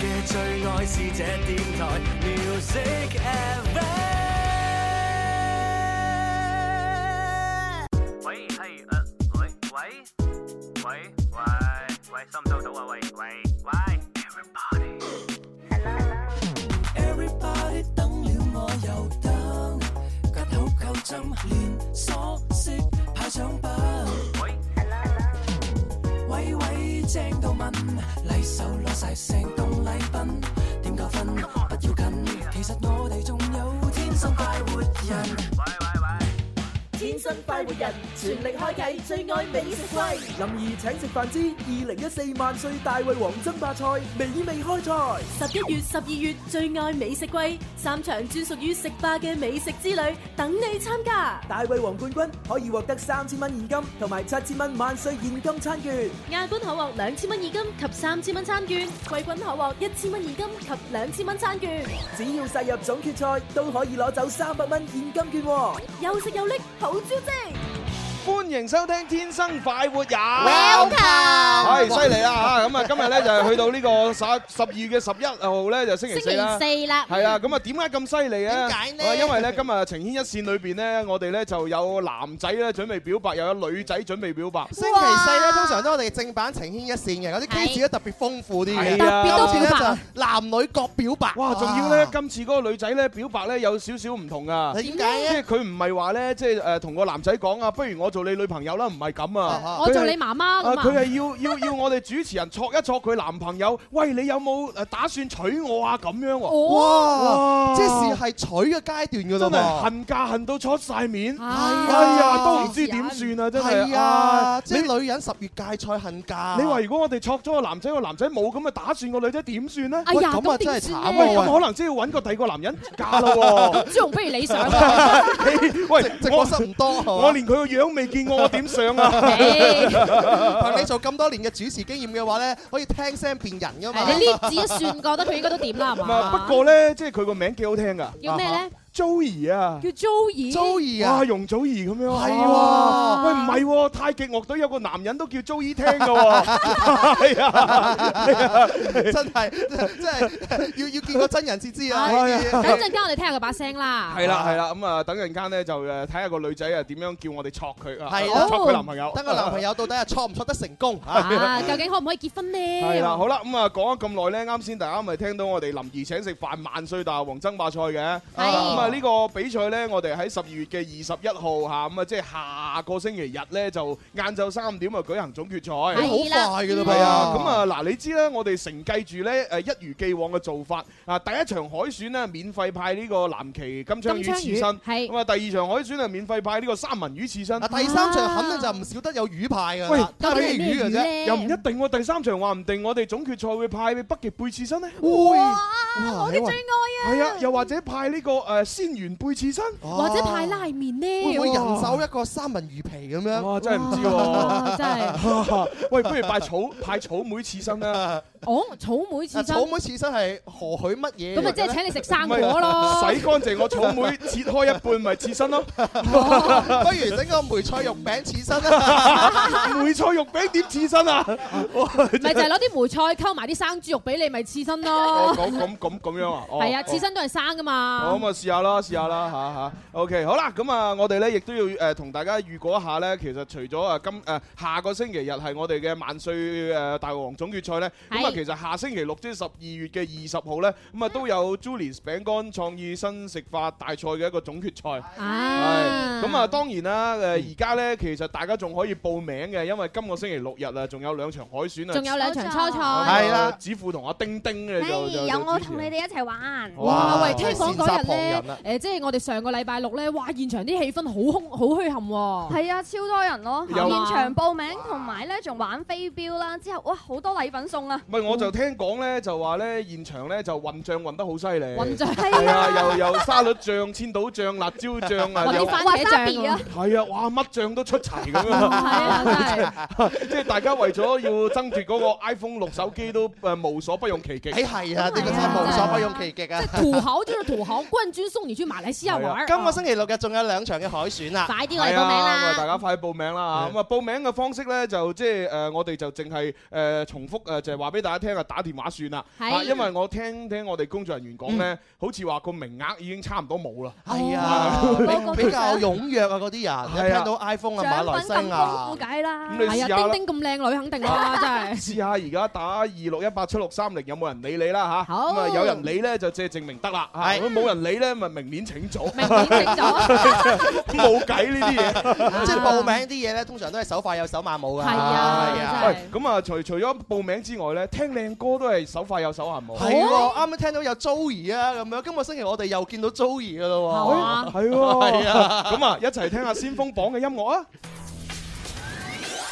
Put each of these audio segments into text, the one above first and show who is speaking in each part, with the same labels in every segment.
Speaker 1: 嘅最愛是這電台 Music FM。
Speaker 2: 喂，係誒、
Speaker 3: ờ,
Speaker 2: 呃喂喂喂喂喂，收唔收到啊？喂喂喂，everybody。
Speaker 1: Everybody 等了我又等，刮口扣針連鎖式派獎品，
Speaker 2: 喂
Speaker 1: 位位正到問，禮手攞晒成棟禮品，點夠分不要緊，其實我哋仲有天生快活人。
Speaker 2: 喂喂喂。
Speaker 4: 天生快活人，全力開啟最愛美食季，
Speaker 5: 林兒請食飯之二零一四萬歲大胃王爭霸賽美味開賽，
Speaker 4: 十一月、十二月最愛美食季，三場專屬於食霸嘅美食之旅，等你參加。
Speaker 5: 大胃王冠軍可以獲得三千蚊現金同埋七千蚊萬歲現金餐券。
Speaker 4: 亞軍可獲兩千蚊現金及三千蚊餐券，季軍可獲一千蚊現金及兩千蚊餐券。
Speaker 5: 只要殺入總決賽，都可以攞走三百蚊現金券喎。
Speaker 4: 又食又拎，好招積！
Speaker 6: 歡迎收聽《天生快活人》。
Speaker 7: Welcome，
Speaker 6: 係犀利啦嚇！咁啊，今日咧就係去到呢個十十二月嘅十一號咧，就星期四
Speaker 7: 星
Speaker 6: 啦。
Speaker 7: 期四啦
Speaker 6: 係啊，咁啊點解咁犀利咧？
Speaker 7: 點解呢
Speaker 6: 啊因為咧今日情牽一線裏邊咧，我哋咧就有男仔咧準備表白，又有女仔準備表白。
Speaker 8: 星期四咧，通常都我哋正版情牽一線嘅，嗰啲
Speaker 7: 係
Speaker 8: case 咧特別豐富啲嘅，
Speaker 6: 係啊特別多
Speaker 8: 今次
Speaker 7: 表白
Speaker 8: 咧就男女各表白，
Speaker 6: 哇！仲要咧，今次嗰個女仔咧表白咧有少少唔同啊。
Speaker 8: 點解
Speaker 6: 即係
Speaker 8: 咧？
Speaker 6: 佢唔係話咧，即係誒同個男仔講啊，不如我做你女朋友啦，唔係咁啊。
Speaker 7: 我做
Speaker 6: 佢係
Speaker 7: 你媽媽
Speaker 6: 啊！
Speaker 7: 咁
Speaker 6: 佢
Speaker 7: 啊，
Speaker 6: 係要要要我哋主持人戳一戳佢男朋友，喂，你有冇誒打算娶我啊？咁樣喎，哇
Speaker 8: 哇！哦即是係取嘅階段
Speaker 6: 真
Speaker 8: 㗎咯
Speaker 6: 係
Speaker 8: 喎，
Speaker 6: 恨嫁恨到出晒面，
Speaker 7: 啊
Speaker 6: 哎呀，都唔知點算啊！真係
Speaker 8: 係啊！即
Speaker 6: 你
Speaker 8: 係女啊人十月芥菜恨嫁，
Speaker 6: 你話如果我哋戳咗個男仔，個男仔冇咁嘅打算，個女仔點算呢？
Speaker 7: 哎
Speaker 8: 喂
Speaker 7: 呀，
Speaker 8: 咁啊
Speaker 7: 咁
Speaker 8: 真係
Speaker 7: 點
Speaker 8: 慘啊
Speaker 7: 算
Speaker 6: 喂，
Speaker 7: 咧？
Speaker 6: 咁可能真係要揾個第二個男人嫁啦喎！
Speaker 7: 朱紅不如你上啊！
Speaker 6: 你喂，
Speaker 8: 直播
Speaker 6: 我
Speaker 8: 室唔多係嘛
Speaker 6: 我連佢個樣未見過，我點上啊？
Speaker 7: 唉
Speaker 8: 憑你做咁多年嘅主持經驗嘅話咧，可以聽聲辨人㗎嘛。
Speaker 7: 你呢指一算，覺得佢應該都點 啦，係
Speaker 6: 唔係
Speaker 7: 嘛？
Speaker 6: 啊不過咧，即係佢個名幾好聽㗎
Speaker 7: 叫咩咧？
Speaker 6: ，Joey 啊。
Speaker 7: 叫 Joey。
Speaker 8: Joey
Speaker 6: 哇，
Speaker 8: 啊，
Speaker 6: 容祖兒咁樣，
Speaker 8: 係喎
Speaker 6: 哇喂唔係喎，太極樂隊有個男人都叫 Joey 聽㗎 喎，係啊，
Speaker 8: 真係真係要要見過真人先知啊！
Speaker 7: 係
Speaker 8: 呢啲
Speaker 7: 等陣間我哋聽下佢把聲 啦。
Speaker 6: 係啦係啦，咁啊等陣間咧就誒睇下個女仔啊點樣叫我哋戳佢啊，
Speaker 8: 係啊
Speaker 6: 戳佢男朋友，
Speaker 8: 等個男朋友到底係錯唔錯得成功啊？
Speaker 7: 啊，究竟可唔可以結婚呢？
Speaker 6: 係啦，好啦，咁啊講咗咁耐咧，啱先大家咪聽到我哋林兒請食飯萬歲大王爭霸賽嘅，咁啊呢個比賽咧，我哋喺十二月嘅二十一號嚇，咁啊即係下個星期日咧就晏晝三點啊舉行總決賽。
Speaker 7: 係啦嗯
Speaker 8: 好快㗎啦
Speaker 6: 係啊，
Speaker 8: 噃
Speaker 6: 咁啊嗱，你知啦，我哋承繼住咧誒一如既往嘅做法啊，第一場海選咧免費派呢個藍旗金槍魚
Speaker 7: 金槍魚
Speaker 6: 刺身，
Speaker 7: 係
Speaker 6: 咁啊第二場海選啊免費派呢個三文魚刺身
Speaker 8: 啊，，第三場肯定就唔少得有魚派㗎啦，
Speaker 7: 究
Speaker 8: 睇
Speaker 7: 竟
Speaker 8: 咩
Speaker 7: 係咩
Speaker 8: 魚
Speaker 7: 魚
Speaker 8: 嘅啫。
Speaker 7: 咧？
Speaker 6: 又唔一定喎，第三場話唔定我哋總決賽會派北極貝刺身呢。
Speaker 7: 哇！我嘅最愛啊！
Speaker 6: 係啊，又或者派呢呃個誒鮮元貝 刺身，
Speaker 7: 或者派拉麵
Speaker 8: 哦會唔
Speaker 7: 呢？
Speaker 8: 會人手一個三文魚皮咁樣？
Speaker 6: 哇，真係唔知喎。
Speaker 7: 哇真係，
Speaker 6: 喂，不如派草派草莓刺身啦，
Speaker 7: 哦，草莓
Speaker 8: 啊
Speaker 7: 刺身，
Speaker 8: 草
Speaker 7: 咁
Speaker 8: 莓刺身係何許乜嘢嚟㗎咧？
Speaker 7: 咪即係請你食 生果咯。
Speaker 6: 洗乾淨個草莓，切開一半咪刺身咯。
Speaker 7: 啊
Speaker 8: 不如整個梅菜肉餅刺身啦。
Speaker 6: 梅菜肉餅點刺身啊？
Speaker 7: 咪就係攞啲梅菜溝埋啲生豬肉俾你，咪刺身
Speaker 6: 哦，
Speaker 7: 咯。
Speaker 6: 咁咁咁咁樣啊？哦
Speaker 7: 係啊，刺。身都係生噶
Speaker 6: 哦
Speaker 7: 嘛
Speaker 6: 咁。啊，試下啦，試下啦，嚇嚇。OK，好啦，咁啊，我哋咧亦都要誒同大家預告一下咧，其實除咗啊今誒下個星期日係我哋嘅萬歲誒大王總決賽咧，咁啊
Speaker 7: 係
Speaker 6: 其實下星期六即係十二月嘅二十號咧，咁啊都有 Julie's 餅乾創意新食法大賽嘅一個總決賽。
Speaker 7: 啊
Speaker 6: 係，咁啊，當然啦，誒而家咧，其實大家仲可以報名嘅，因為今個星期六日啊，仲有兩場海選啊，
Speaker 7: 仲有兩場初
Speaker 6: 咁
Speaker 7: 賽。
Speaker 6: 啊
Speaker 8: 係啦
Speaker 6: 子富同阿丁丁咧就就
Speaker 9: 有我
Speaker 6: 就主持
Speaker 9: 同你哋一齊玩。
Speaker 7: 哇！喂，
Speaker 8: 哇
Speaker 7: 聽講
Speaker 8: 真
Speaker 7: 嗰
Speaker 8: 係羨煞
Speaker 7: 日
Speaker 8: 旁
Speaker 7: 咧
Speaker 8: 人啊，
Speaker 7: 誒，即係我哋上個禮拜六咧，哇！現場啲氣氛好空，好虛冚喎。
Speaker 9: 係啊，超多人咯，
Speaker 6: 有
Speaker 9: 現場報名同埋咧仲玩飛鏢啦，之後哇好多禮品送啊！
Speaker 6: 唔係，我就聽講咧，就話咧現場咧就混醬混得好犀利，
Speaker 7: 混帳
Speaker 6: 係啊，又又沙律醬、千島醬、辣椒醬啊，
Speaker 7: 混
Speaker 6: 又
Speaker 7: 啲番茄醬
Speaker 9: Wasabi 啊
Speaker 7: 啊！
Speaker 6: 係啊，哇乜醬都出齊咁
Speaker 7: 係
Speaker 6: 樣，
Speaker 7: 啊，真係
Speaker 6: 即係大家為咗要爭奪嗰個 iPhone 六手機都誒無所不用其極。
Speaker 8: 誒係啊，呢個真係無所不用其極啊！
Speaker 7: 土豪就是土豪，冠軍送送你去马来西亚
Speaker 6: 係啊
Speaker 7: 玩。
Speaker 8: 今個
Speaker 7: 啊
Speaker 8: 星期六日仲有兩場嘅海選啦。
Speaker 10: 快啲過嚟
Speaker 6: 係
Speaker 10: 報名
Speaker 6: 啊，咁啊大
Speaker 10: 啦！
Speaker 6: 家快啲報名啦嚇！咁啊，報名嘅方式咧就即係誒，我哋就淨係誒重複誒，就係話俾大家聽啊，打電話算啦。
Speaker 7: 係
Speaker 6: 啊因為我聽聽我哋工作人員講咧，好似話個名額已經差唔多冇啦。
Speaker 8: 係啊，
Speaker 9: 個個
Speaker 8: 比比較踴躍啊嗰啲人，
Speaker 6: 係啊
Speaker 8: 一聽到 iPhone 啊、馬來西亞，
Speaker 6: 咁你
Speaker 7: 係
Speaker 6: 試下
Speaker 7: 啊，
Speaker 6: 啦，
Speaker 7: 丁丁咁靚女肯定啦，真係。
Speaker 6: 試下而家打二六一八七六三零有冇人理你啦嚇？
Speaker 7: 好
Speaker 6: 咁啊有人理咧就即係證明得啦嚇。
Speaker 8: 係
Speaker 6: 如果冇人理咧，咪明年請早，
Speaker 7: 明顯整咗，
Speaker 6: 冇計呢啲嘢。
Speaker 8: 即係報名啲嘢咧，通常都係手快有手慢冇㗎。
Speaker 7: 係啊
Speaker 8: 係
Speaker 7: 真係
Speaker 6: 喂，咁啊，除除咗報名之外咧，聽靚歌都係手快有手行冇。
Speaker 8: 係喎，啱啱聽到有 Joey 啊咁樣，今個星期我哋又見到 Joey 噶
Speaker 7: 係
Speaker 8: 咯
Speaker 7: 嘛？
Speaker 6: 係喎，咁啊，一齊聽下先鋒榜嘅音樂啊！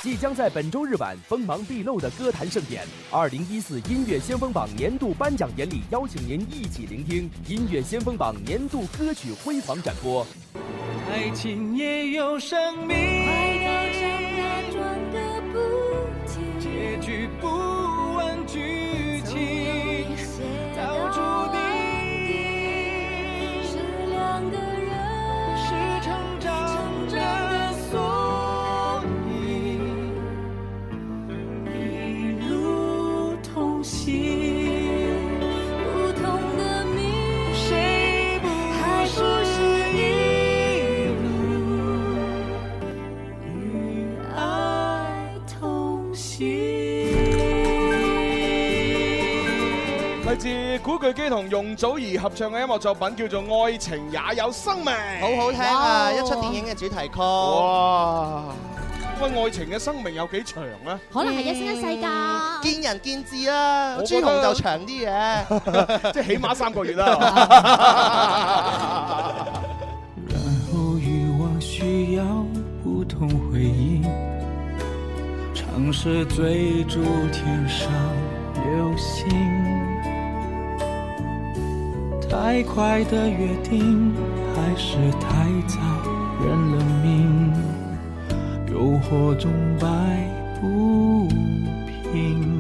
Speaker 5: 即将在本周日晚锋芒毕露的歌坛盛典，二零一四音乐先锋榜年度颁奖典礼邀请您一起聆听音乐先锋榜年度歌曲辉煌展播。
Speaker 1: 爱情也有生命，结局不问剧情，到注定是成长的缩影，一路同行。不同的命运，谁不是一路与爱同行？
Speaker 6: 嚟自古巨基同容祖兒合唱嘅音樂作品叫做《愛情也有生命》，
Speaker 8: 喎，好好聽啊！一出電影嘅主題曲，
Speaker 6: 哇！喂，愛情嘅生命有幾長啊 咧？
Speaker 10: 可能係一生一世㗎。
Speaker 8: 見仁見智啊。
Speaker 6: 我
Speaker 8: 朱
Speaker 6: 覺得
Speaker 8: 紅就長啲嘅，
Speaker 6: 即係起碼三個月啦。
Speaker 1: 然后欲望需要不同回应，尝试追逐天上流星。太快的约定，还是太早认了命，诱惑中摆不平。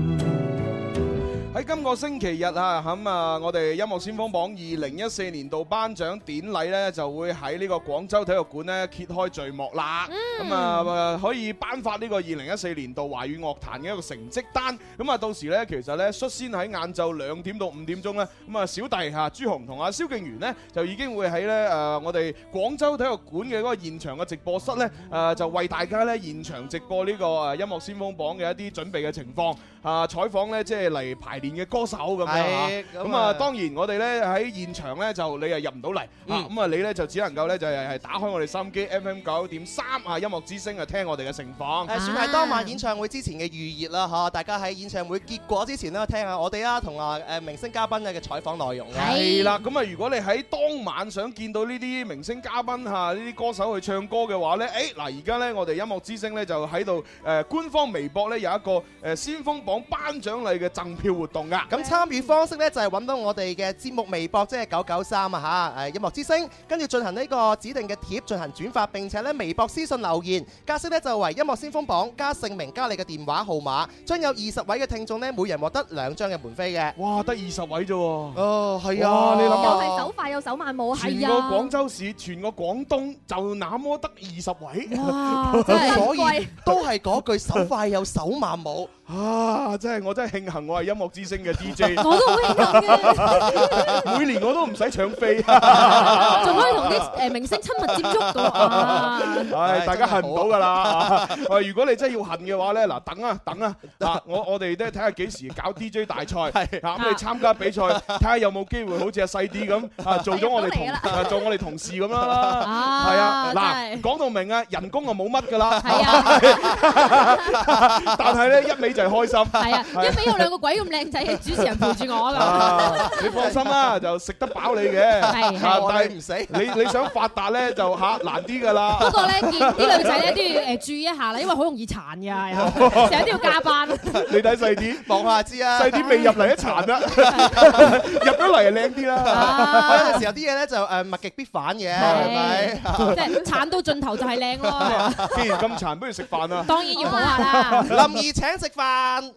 Speaker 6: 喺今個星期日啊，咁啊，我哋音樂先鋒榜二零一四年度頒獎典禮呢，就會喺呢個廣州體育館呢揭開序幕啦。咁啊、呃可以頒發呢個二零一四年度華語樂壇嘅一個成績單。咁啊，到時呢，其實呢，率先喺晏晝兩點到五點鐘呢，咁啊，小弟嚇朱紅同阿蕭敬元呢，就已經會喺呢誒、呃我哋廣州體育館嘅嗰個現場嘅直播室呢，誒、就為大家呢現場直播呢個誒音樂先鋒榜嘅一啲準備嘅情況。啊採訪咧，即係嚟排練嘅歌手 咁樣啊
Speaker 8: 係咁
Speaker 6: 咁
Speaker 8: 啊
Speaker 6: 啊，當然我哋咧喺現場咧就你啊入唔到嚟啊，咁啊你咧就只能夠咧就係係打開我哋收音機 FM 九點三啊音樂之聲啊聽我哋嘅盛況。
Speaker 8: 誒算
Speaker 7: 啊
Speaker 8: 係當晚演唱會之前嘅預熱啦嚇。大家喺演唱會結果之前咧，聽下我哋啊同啊誒明星嘉賓嘅採訪內容啦。
Speaker 6: 係啦，咁啊，如果你喺當晚想見到呢啲明星嘉賓嚇，呢啲歌手去唱歌嘅話呢，誒嗱，而家呢，我哋音樂之聲呢，就喺度誒官方微博呢，有一個誒先鋒榜頒獎禮嘅贈票活動㗎。
Speaker 7: 嗯
Speaker 8: 咁參與方式咧就係揾到我哋嘅節目微博，即係九九三啊嚇，誒音樂之聲，跟住進行呢個指定嘅貼進行轉發，並且咧微博私信留言，格式咧就為音樂先鋒榜加姓名加你嘅電話號碼，將有二十位嘅聽眾咧，每人獲得兩張嘅門飛嘅。
Speaker 6: 哇，得二十位啫喎！
Speaker 8: 哦，係
Speaker 6: 哇你諗下全
Speaker 7: 係
Speaker 6: 個
Speaker 7: 啊
Speaker 6: 廣州市、全個廣東就那麼得二十位
Speaker 7: 哇！真係
Speaker 8: 所以都係嗰句手快有手慢 冇，
Speaker 6: 啊！真係我真係慶幸我係音樂之星 嘅 DJ，
Speaker 7: 我都好慶幸嘅，
Speaker 6: 每年我都唔使搶 飛。
Speaker 7: 仲可以同啲誒明星親密接觸到啊！
Speaker 6: 唉，大家恨唔到㗎啦！ 喂，如果你真係要恨嘅話咧，嗱，等啊等啊，啊，我我哋咧睇下幾時搞 DJ 大賽，
Speaker 8: 係
Speaker 6: 啊，咁你參加比賽，睇下有冇機會好似阿細啲咁 啊，做咗我
Speaker 9: 入
Speaker 6: 哋
Speaker 9: 到
Speaker 6: 同
Speaker 9: 嚟
Speaker 6: 啊做我哋同事咁樣啦。係啊
Speaker 7: 啊，，
Speaker 6: 嗱，
Speaker 7: 真係
Speaker 6: 講到明啊，人工啊冇乜㗎啦，
Speaker 7: 係啊
Speaker 6: 但係咧一味就係開心。
Speaker 7: 係啊，一味有兩個鬼咁靚仔嘅主持人陪住我㗎，
Speaker 6: 啊！你放心啦，就食得飽你嘅，啊
Speaker 7: 係係
Speaker 6: 但
Speaker 8: 我哋
Speaker 6: 係
Speaker 8: 唔死。
Speaker 6: 你你想發達咧就嚇難啲㗎啦。
Speaker 7: 不過咧，見啲女仔咧都要誒注意一下啦，因為好容易殘㗎，成日都要加班。
Speaker 6: 你睇細啲，
Speaker 8: 望下知 啊，
Speaker 6: 細啲未入嚟一 殘啦，入咗嚟就靚啲啦。
Speaker 8: 我有
Speaker 7: 啊
Speaker 8: 陣時有啲嘢咧就呃誒物極必反嘅，係咪？
Speaker 7: 係，即係殘到盡頭就係靚咯，
Speaker 6: 既然咁殘，不如食飯啦。
Speaker 7: 當然要補下啦。
Speaker 8: 林兒請食飯。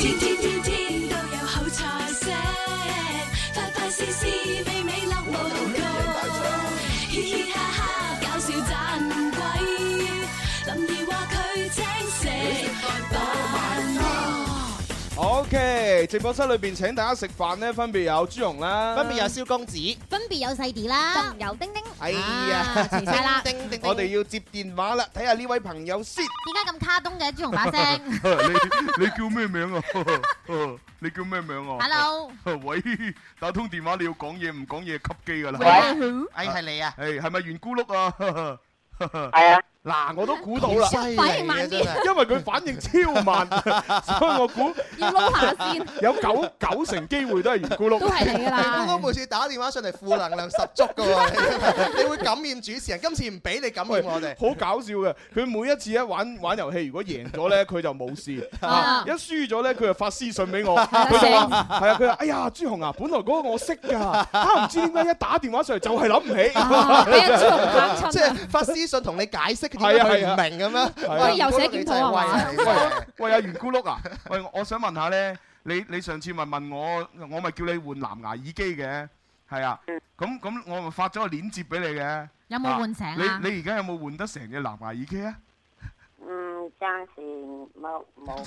Speaker 1: 天天天天都有好菜色，快
Speaker 6: OK，直播室裏邊請大家食飯咧，分別有朱紅啦，
Speaker 8: 分別有蕭公子，
Speaker 10: 分別有細啲啦，
Speaker 9: 有丁丁，
Speaker 8: 哎 呀，
Speaker 10: 齊晒啦。
Speaker 8: 叮叮叮
Speaker 6: 啊我哋要接電話啦，睇下呢位朋友先。
Speaker 10: 點解咁卡通嘅朱紅把 聲
Speaker 6: 你你叫咩名啊？ 你叫咩名啊
Speaker 10: ？Hello，
Speaker 6: 喂，打通電話你要講嘢，唔講嘢吸機噶啦。
Speaker 8: 哎係你啊，
Speaker 6: 誒，係咪圓咕碌啊？
Speaker 2: 係啊，
Speaker 6: 嗱，我都估到啦，
Speaker 8: 犀利
Speaker 9: 反應慢
Speaker 8: 啊
Speaker 9: 啲
Speaker 8: 真係
Speaker 6: 因為佢反應超 慢，所以我估
Speaker 9: 要撈下先。
Speaker 6: 有九九成機會都係圓咕碌
Speaker 7: 都。係你㗎
Speaker 8: 你
Speaker 7: 啦
Speaker 8: 嗰。個每次打電話上嚟負能量十足嘅喎，你真係你會 感染主持人。今次唔俾你感染我哋，
Speaker 6: 好搞笑嘅，佢每一次一玩玩遊戲，如果贏咗咧，佢就冇事；
Speaker 7: 啊
Speaker 6: 一輸咗咧，佢就發私信俾我。佢就話：係啊，佢話：哎呀，朱紅啊，本來嗰個我識㗎，啊唔知點解一打電話上嚟就係諗唔 起。
Speaker 7: 啊俾人朱紅嚇
Speaker 8: 即
Speaker 7: 親啊！
Speaker 8: 係發私信同你解釋，
Speaker 6: 係啊係
Speaker 8: 佢
Speaker 6: 啊
Speaker 8: 唔明咁樣。
Speaker 6: 啊
Speaker 8: 喂
Speaker 7: 又寫檢討啊嘛
Speaker 8: 你真係威啊
Speaker 6: 喂，阿圓咕碌啊，喂，我想問下咧，你你上次咪問我，我咪叫你換藍牙耳機嘅，係啊，
Speaker 9: 嗯
Speaker 6: 咁咁我咪發咗個鏈接俾你嘅。
Speaker 10: 有冇換成啊？
Speaker 6: 你而家有冇換得成隻藍牙耳機啊？
Speaker 2: 嗯，暫時冇冇，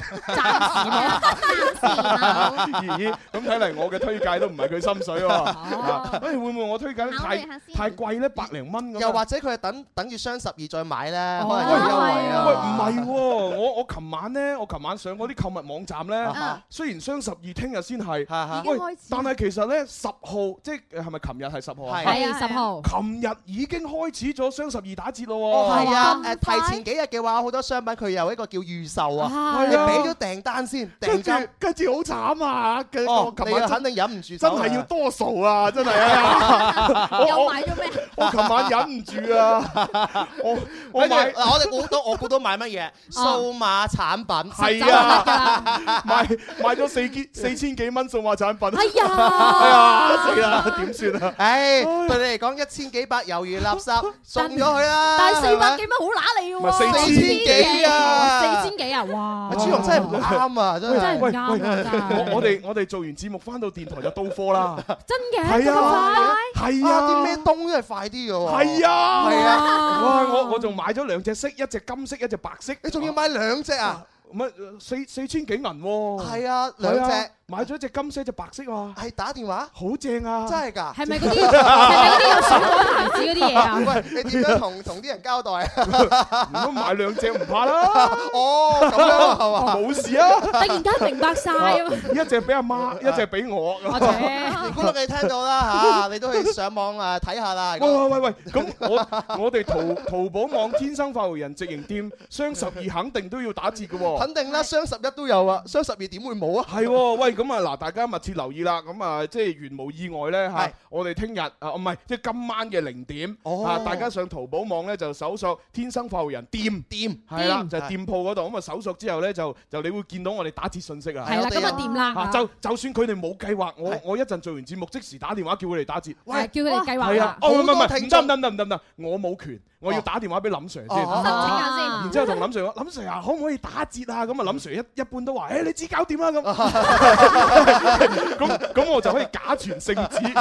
Speaker 6: 咦，咁睇嚟我嘅推介都唔係佢心水喎。
Speaker 10: 哦
Speaker 6: 啊喂，會唔會我推介得
Speaker 9: 考
Speaker 6: 太
Speaker 9: 慮下先
Speaker 6: 太貴咧？百零蚊咁啊。
Speaker 8: 又或者佢係等等住雙十二再買咧，
Speaker 7: 哦
Speaker 8: 可能有優惠
Speaker 6: 喂，唔
Speaker 8: 啊。
Speaker 6: 係喎，我我琴晚咧，我琴晚上嗰啲購物網站咧
Speaker 8: 啊，
Speaker 6: 雖然雙十二聽日先係，
Speaker 8: 嚇
Speaker 9: 經
Speaker 6: 喂
Speaker 9: 開始，
Speaker 6: 但係其實咧十號，即係係咪琴日係十號啊？
Speaker 8: 係
Speaker 7: 係十號。
Speaker 6: 琴日已經開始咗雙十二打折咯
Speaker 8: 哦
Speaker 6: 喎。
Speaker 8: 係啊，誒
Speaker 9: 咁
Speaker 8: 提
Speaker 9: 快
Speaker 8: 前幾日嘅話，好多商品佢有一個叫預售啊，
Speaker 7: 啊
Speaker 8: 你
Speaker 6: 係啊
Speaker 8: 俾咗訂單先，訂
Speaker 6: 跟住
Speaker 8: 金。
Speaker 6: 跟住好慘啊！跟
Speaker 8: 哦
Speaker 6: 我，琴
Speaker 8: 你
Speaker 6: 晚
Speaker 8: 又
Speaker 6: 真
Speaker 8: 肯定忍唔住手
Speaker 6: 真
Speaker 8: 啊，
Speaker 6: 係要多數啊！真係 啊！我
Speaker 9: 又
Speaker 6: 我
Speaker 9: 買咗咩？
Speaker 6: 我琴晚忍唔住啊！我我
Speaker 8: 跟住啊
Speaker 6: 買
Speaker 8: 嗱，我哋估到我估到買乜 嘢？
Speaker 7: 啊
Speaker 8: 數碼產品
Speaker 6: 係
Speaker 7: 走就
Speaker 6: 啊，買買咗四件四千幾蚊數碼產品，
Speaker 7: 哎
Speaker 6: 哎
Speaker 7: 呀！
Speaker 6: 呀死啦！點算啊？
Speaker 7: 哎
Speaker 8: 唉，對你嚟講一千幾百猶如 垃圾，送咗佢啦。
Speaker 7: 但係四
Speaker 8: 係
Speaker 7: 百
Speaker 8: 咪
Speaker 7: 幾蚊好揦你
Speaker 6: 咪
Speaker 7: 喎，
Speaker 6: 四千
Speaker 8: 幾啊
Speaker 7: 四千幾啊！哇！
Speaker 8: 阿朱紅真係唔 啱啊！真
Speaker 7: 真係
Speaker 8: 係
Speaker 7: 唔
Speaker 6: 喂
Speaker 7: 啱啊！真
Speaker 6: 我
Speaker 7: 係
Speaker 6: 我哋我哋做完節目翻到電台就到貨啦，
Speaker 7: 真
Speaker 8: 哎
Speaker 7: 嘅
Speaker 6: 係
Speaker 7: 咁
Speaker 6: 啊
Speaker 7: 快，
Speaker 6: 係
Speaker 8: 啊！
Speaker 6: 啊，
Speaker 8: 啲咩東都係快啲嘅喎。
Speaker 6: 係，啊，
Speaker 8: 係啊！
Speaker 6: 哇！我我仲買咗兩隻色，一隻金色，一隻白色。
Speaker 8: 你仲要買兩隻啊？
Speaker 6: 乜四四千幾銀
Speaker 7: 哦
Speaker 6: 喎？
Speaker 8: 係啊，兩
Speaker 6: 係啊
Speaker 8: 隻，
Speaker 6: 買咗隻金色，一隻白色啊，
Speaker 8: 係打電話，
Speaker 6: 好正啊！
Speaker 8: 真係㗎。
Speaker 7: 係咪嗰啲係咪嗰啲有水果牌子嗰啲嘢啊？
Speaker 8: 喂，你點樣 同同啲人交代啊？
Speaker 6: 如果買兩隻唔 怕啦，
Speaker 8: 哦，咁樣 啊係嘛？
Speaker 6: 冇事啊！
Speaker 7: 突然間明白晒啊！
Speaker 6: 一隻俾阿 媽，一隻俾我。
Speaker 7: 我哋
Speaker 8: 如果你聽到啦嚇，你都去上網啊睇下啦。
Speaker 6: 喂喂喂喂，咁我我哋淘淘寶網天生快活人直營店雙十二肯定都要打折嘅喎。
Speaker 8: 肯定啦，雙十一都有啊，雙十二點會冇啊？
Speaker 6: 係喎，喂，咁啊嗱，大家密切留意啦。咁啊，即係原無意外咧嚇
Speaker 8: 係，
Speaker 6: 我哋聽日啊，唔係即係今晚嘅零點
Speaker 8: 哦
Speaker 6: 啊，大家上淘寶網咧就搜索天生快活人店。
Speaker 8: 掂
Speaker 6: 係啦，
Speaker 7: 店
Speaker 6: 就係店鋪嗰度咁啊，搜索之後咧就就你會見到我哋打折信息啊。
Speaker 7: 係啦，咁啊掂啦
Speaker 6: 啊！就就算佢哋冇計劃，我
Speaker 8: 係
Speaker 6: 我一陣做完節目即時打電話叫佢哋打折。
Speaker 7: 係叫佢哋計劃
Speaker 6: 係啊
Speaker 7: 啦，。
Speaker 6: 哦，唔係
Speaker 8: 好
Speaker 6: 唔
Speaker 8: 多
Speaker 6: 係，
Speaker 8: 聽
Speaker 6: 唔得唔
Speaker 8: 眾
Speaker 6: 得唔得唔得唔得，我冇權，我要
Speaker 8: 哦
Speaker 6: 打電話俾林 Sir 先。
Speaker 8: 哦
Speaker 9: 澄
Speaker 7: 啊
Speaker 9: 清下先。
Speaker 6: 然之後同林 Sir 講，林 Sir 啊，可唔可以打折啊？咁啊，林 Sir 一一般都話：，誒、你自己搞掂啦咁。咁咁我就可以假傳聖旨，係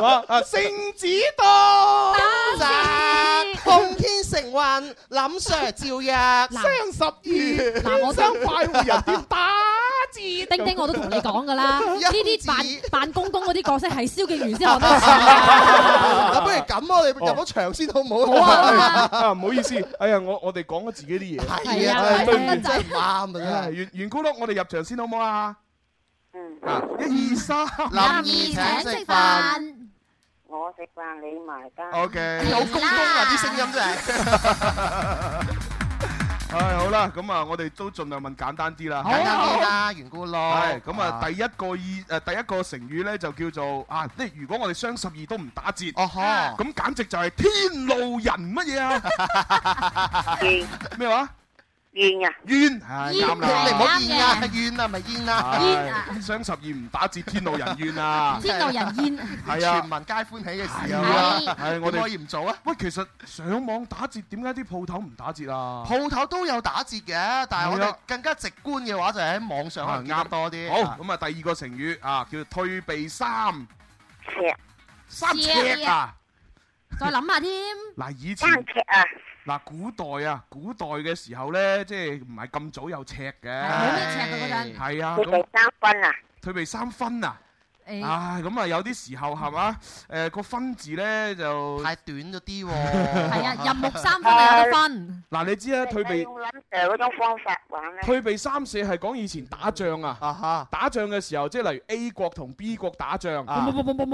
Speaker 6: 嘛？啊，聖旨
Speaker 7: 哦
Speaker 6: 到，
Speaker 8: 奉天承運，林 Sir 照約。
Speaker 6: 雙十 二，
Speaker 7: 嗱我
Speaker 6: 天生快活人點打折？
Speaker 7: 丁丁我都同你講㗎啦，呢啲扮
Speaker 8: 一字
Speaker 7: 扮公公嗰啲角色係蕭敬元先學 得似啊
Speaker 8: 啊，不如咁啊，你入咗場先好唔好啊？
Speaker 6: 啊，啊唔好意思，哎呀，我我哋講咗自己啲嘢。
Speaker 8: 係
Speaker 7: 係
Speaker 8: 啊，
Speaker 7: 啊
Speaker 8: 對
Speaker 7: 係
Speaker 8: 唔
Speaker 7: 啊
Speaker 8: 住，真係唔啱啊！真
Speaker 6: 啊
Speaker 8: 係
Speaker 6: 袁袁姑碌，我哋入場先好唔好啊？
Speaker 2: 嗯，
Speaker 6: 啊，一二三
Speaker 10: 林二請食飯，
Speaker 2: 我食飯你埋單。
Speaker 6: ，OK。
Speaker 8: 有公公啊！啲聲音真係
Speaker 6: 唉，好啦，咁啊，我哋都盡量問簡單啲啦。
Speaker 8: 簡單啲啦，緣故咯。
Speaker 6: 係咁啊，第一個意誒第一個成語咧就叫做啊，即係如果我哋雙十二都唔打折，
Speaker 8: 哦
Speaker 2: 啊
Speaker 8: 呵，
Speaker 6: 咁簡直就係天路人乜嘢啊？
Speaker 2: 怨
Speaker 6: 咩話
Speaker 2: 怨啊，
Speaker 6: 冤係
Speaker 10: 冤
Speaker 6: 啱
Speaker 8: 你唔
Speaker 6: 啦
Speaker 8: 好怨啊，怨啊，咪怨啊！
Speaker 10: 冤啊
Speaker 6: 唉，雙十二唔打折，天路人冤啊！
Speaker 7: 天怒人煙。
Speaker 6: 係
Speaker 8: 全
Speaker 6: 啊，
Speaker 8: 民皆歡喜嘅
Speaker 6: 係
Speaker 8: 事啊！
Speaker 6: 啊，係我
Speaker 8: 我哋
Speaker 6: 哋
Speaker 8: 可以唔做啊？
Speaker 6: 喂，其實上網打折，點解啲鋪頭唔打折啊？
Speaker 8: 鋪頭都有打折嘅，但係我
Speaker 6: 係
Speaker 8: 哋
Speaker 6: 啊
Speaker 8: 更加直觀嘅話就係喺網上可能見得多啲。
Speaker 6: 好，咁啊，第二個成語啊，叫退避三
Speaker 2: 赤
Speaker 6: 三尺啊！
Speaker 7: 再諗下添，
Speaker 6: 嗱，以前
Speaker 2: 三尺啊，
Speaker 6: 嗱，古代啊，古代嘅時候咧，即係唔係咁早有尺
Speaker 10: 係
Speaker 6: 嘅，
Speaker 10: 咩尺嗰陣？
Speaker 6: 係啊，
Speaker 11: 佢
Speaker 6: 咁
Speaker 11: 哋三分啊，
Speaker 6: 退避三分啊，
Speaker 10: 誒
Speaker 6: 唉，咁啊有啲時候係嘛，誒個分字咧就
Speaker 8: 太短咗啲喎。
Speaker 10: 係啊，入木三分就有得分，
Speaker 6: 嗱，你知啦，啊退
Speaker 11: 係
Speaker 6: 避
Speaker 11: 用諗誒嗰種方法玩咧，
Speaker 6: 退避三舍係講以前打仗啊。
Speaker 8: 啊哈，
Speaker 6: 打仗嘅時候，即係例如 A 國同 B 國打仗
Speaker 8: 啊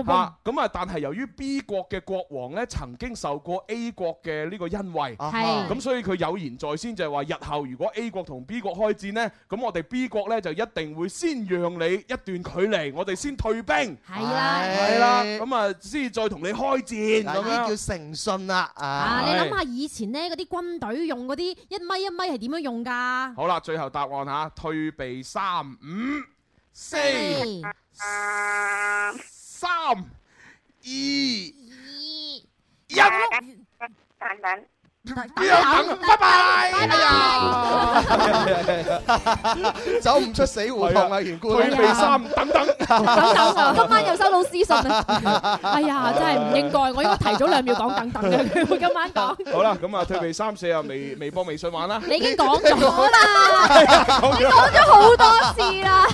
Speaker 6: 啊，咁啊，但係由於 B 國嘅國王咧曾經受過 A 國嘅呢個恩惠，
Speaker 8: 啊哈
Speaker 7: 係
Speaker 6: 咁所以佢有言在先，就係話日後如果 A 國同 B 國開戰呢，咁我哋 B 國呢就一定會先讓你一段距離，我哋先退兵，
Speaker 7: 係啦。
Speaker 6: 係啦，咁啊先至再同你開戰
Speaker 8: 嗱，
Speaker 6: 咁
Speaker 8: 呢啲
Speaker 6: 樣。
Speaker 8: 叫誠信啦，
Speaker 7: 啊！
Speaker 8: 啊
Speaker 7: 你諗下以前咧，嗰啲軍隊用嗰啲一米一米係點樣用㗎？
Speaker 6: 好啦，最後答案嚇，退避三五四
Speaker 10: 四
Speaker 11: 啊，
Speaker 6: 三二一。
Speaker 10: 二
Speaker 11: 等等。
Speaker 6: 不要等啊，拜拜。
Speaker 10: 拜拜
Speaker 6: 哎呀
Speaker 8: 走唔出死胡同啊，袁姑
Speaker 6: 退
Speaker 8: 娘。
Speaker 6: 避三等 等，
Speaker 7: 等等，
Speaker 9: 今晚又收到私信啦，
Speaker 7: 哎呀，真係唔應該，我應該提早兩秒講等等嘅，佢會今晚講。
Speaker 6: 好啦，咁啊退避三四啊，微微博、微信玩啦。
Speaker 7: 你已經講咗啦，
Speaker 9: 講咗好多次啦，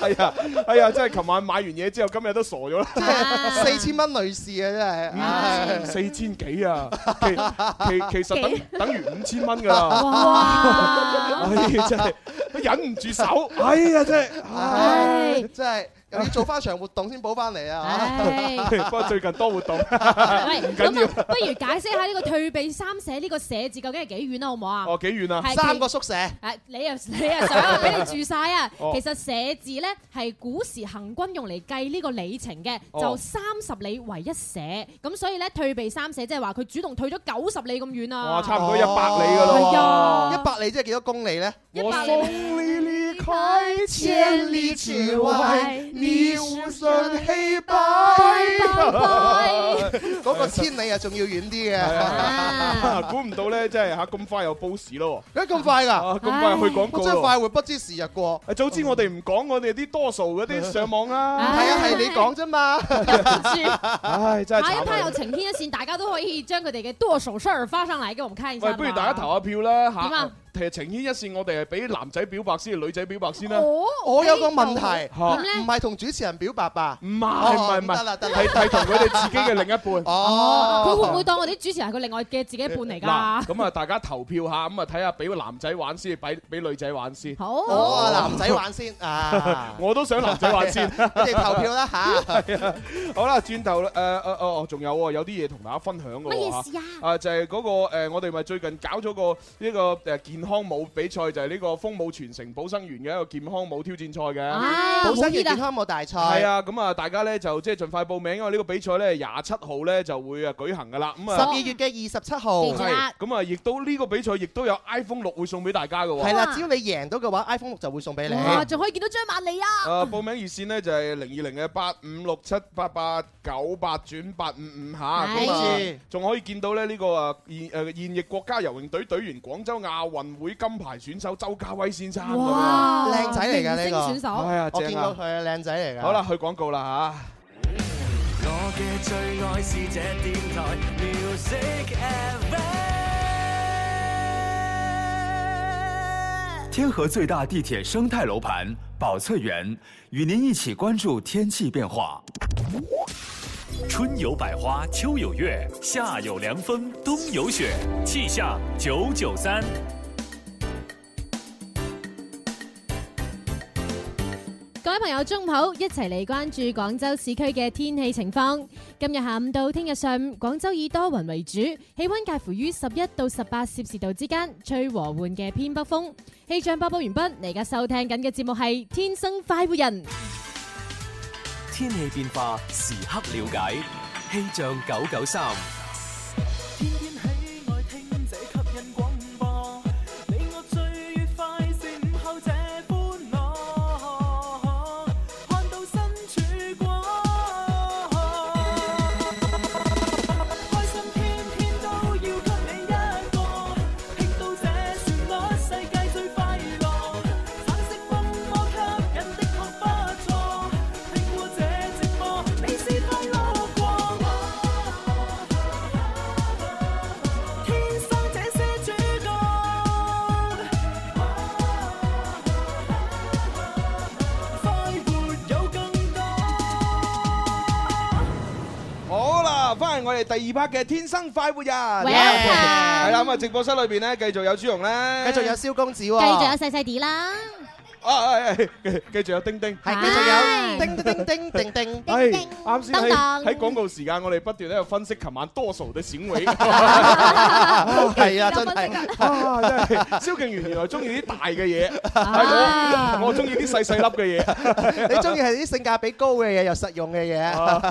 Speaker 6: 哎係啊，係啊，真係琴晚買完嘢之後，今日都傻咗啦，
Speaker 8: 即
Speaker 6: 啊
Speaker 8: 係四千蚊女士啊，真
Speaker 6: 哎
Speaker 8: 係唉。
Speaker 6: 四千幾啊，其其其實等等於五千蚊㗎啦。
Speaker 7: 哇！
Speaker 6: 唉，真係都忍唔住手，哎呀，真係。唉
Speaker 7: 唉
Speaker 8: 真係又要做翻場活動先補翻嚟啊！
Speaker 7: 唉，
Speaker 6: 不過最近多活動，
Speaker 7: 喂，咁啊，不如解釋下呢個退避三舍呢個舍字究竟係幾遠啦，好唔好啊？
Speaker 6: 哦幾遠啊？
Speaker 7: 係
Speaker 8: 三個宿舍
Speaker 7: 誒，你又 你又想啊俾你住晒啊！
Speaker 6: 哦
Speaker 7: 其實寫字咧係古時行軍用嚟計呢個里程嘅，
Speaker 6: 哦
Speaker 7: 就三十里為一舍，咁所以咧退避三舍，即係話佢主動退咗九十里咁遠啊！
Speaker 6: 哇，差唔多一百里㗎
Speaker 7: 係
Speaker 6: 啦
Speaker 7: 啊
Speaker 8: 一百里即係幾多公里咧？
Speaker 6: 喎。
Speaker 7: 一
Speaker 6: 我
Speaker 7: 百里
Speaker 6: 送你離開千里之外，你無聲黑白。
Speaker 8: 嗰個千里啊，仲要遠啲嘅。
Speaker 6: 啊
Speaker 7: 啊！
Speaker 6: 估唔到咧，真係嚇咁快又報時咯
Speaker 8: 哎咁咁快
Speaker 6: 喎！
Speaker 8: 㗎？
Speaker 6: 啊，咁快去廣
Speaker 8: 我
Speaker 6: 告
Speaker 8: 真係
Speaker 6: 咯
Speaker 8: 快活不知時日過。
Speaker 6: 喎！早知我哋唔講我哋啲多數嗰啲上網啦，
Speaker 8: 係啊，係你講啫嘛。
Speaker 6: 唉，真係
Speaker 7: 下一
Speaker 6: 慘
Speaker 7: 趴有
Speaker 6: 啊！
Speaker 7: 晴天一線，大家都可以將佢哋嘅剁手事兒發上嚟，給我們看一下。
Speaker 6: 喂，不如大家投下票啦
Speaker 7: 點
Speaker 6: 嚇
Speaker 7: 啊！
Speaker 6: 其實情牽一線，我哋係俾男仔表白先，定女仔表白先啦。
Speaker 7: 哦，
Speaker 8: 我有個問題，嗯
Speaker 7: 點
Speaker 6: 嚇唔
Speaker 7: 咧
Speaker 8: 唔？係同主持人表白吧？
Speaker 6: 係唔係唔
Speaker 8: 哦得
Speaker 6: 係，
Speaker 8: 啦得啦
Speaker 6: 係。係同佢哋自己嘅另一半。啊
Speaker 8: 哦，
Speaker 7: 佢會唔會當我哋啲主持人係佢另外嘅自己一半嚟
Speaker 6: 嗱，
Speaker 7: 㗎？
Speaker 6: 咁啊，大家投票下，咁啊睇下俾個男仔玩先，俾俾女仔玩先。
Speaker 8: 我
Speaker 6: 哦
Speaker 7: 好，
Speaker 8: 啊男仔玩先 啊！
Speaker 6: 我都想男仔玩 先。
Speaker 8: 你哋投票啦 吓。
Speaker 6: 好啦，轉頭誒誒哦，仲有喎，有啲嘢同大家分享嘅
Speaker 10: 乜
Speaker 6: 喎嚇
Speaker 10: 嘢事啊？
Speaker 6: 啊，就係嗰、個、呃、我哋咪最近搞咗個呢個誒健康舞比賽，就係、呢個風舞全城保生員嘅一個健康舞挑戰賽嘅。
Speaker 7: 唉
Speaker 8: 保
Speaker 7: 好
Speaker 8: 生
Speaker 7: 熱
Speaker 8: 健
Speaker 7: 啊！
Speaker 8: 康舞大賽
Speaker 6: 係，啊，咁啊，大家咧就即係盡快報名，因為呢個比賽咧廿七號咧就會啊舉行噶啦。咁
Speaker 8: 十
Speaker 6: 啊，
Speaker 8: 二月嘅二十七號。
Speaker 7: 記住啦
Speaker 6: 係咁啊，亦都呢個比賽亦都有 iPhone 六會送俾大家嘅
Speaker 8: 係
Speaker 6: 喎。
Speaker 8: 啦，只要你贏到嘅話，iPhone 六就會送俾你。
Speaker 7: 哇，仲可以見到張曼莉啊！
Speaker 6: 誒、報名熱線呢就係零二零嘅八五六七八八九八轉八五五嚇，咁
Speaker 8: 係
Speaker 6: 啊仲可以見到咧呢個啊現誒、現役國家游泳隊隊員廣州亞運會金牌選手周家威先生咁樣。
Speaker 7: 哇，
Speaker 8: 靚仔嚟㗎呢個
Speaker 7: 明星選手，
Speaker 6: 哎呀，
Speaker 8: 我
Speaker 6: 正
Speaker 8: 見到
Speaker 6: 啊！
Speaker 8: 佢係靚仔嚟㗎。
Speaker 6: 好啦，去廣告啦嚇。
Speaker 2: 我嘅最愛是這電台 Music Ever。
Speaker 1: 天河最大地铁生态楼盘宝翠园，与您一起关注天气变化。
Speaker 2: 春有百花，秋有月，夏有凉风，冬有雪。气象九九三。
Speaker 7: 各位朋友，中午好，一齊嚟關注廣州市區嘅天氣情況。今日下午到聽日上午，廣州以多雲為主，氣温介乎於十一到十八攝氏度之間，吹和緩嘅偏北風。氣象播報完畢，你而家收聽緊嘅節目係《天生快活人》。
Speaker 1: 天氣變化時刻了解，氣象九九三。
Speaker 2: 天天喜愛聽這吸引廣播，你我最愉快是午後這歡樂，看到身曙光，開心天天都要給你一個，聽到這旋律世界最快樂，橙色風波吸引的確不錯，聽過這直播你是否路過？
Speaker 6: 哋第二 part 嘅天生快活人。
Speaker 8: Welcome
Speaker 6: 係啦，咁啊直播室裏邊咧繼續有朱容啦，
Speaker 8: 繼續有蕭公子喎，
Speaker 7: 繼續有細細啲啦。
Speaker 6: 啊啊 啊繼繼續有丁丁，
Speaker 8: 係繼續有叮叮叮叮叮叮。
Speaker 6: 係啱先喺
Speaker 7: 當當
Speaker 6: 喺廣告時間，我哋不斷喺度分析琴晚多數的閃 尾。
Speaker 8: 係啊，真係。
Speaker 6: 啊！真係蕭敬元原來中意啲大嘅嘢，
Speaker 7: 啊
Speaker 6: 係我我中意啲細細粒嘅嘢。
Speaker 8: 你中意係啲性價比高嘅嘢又實用嘅嘢。
Speaker 6: 啊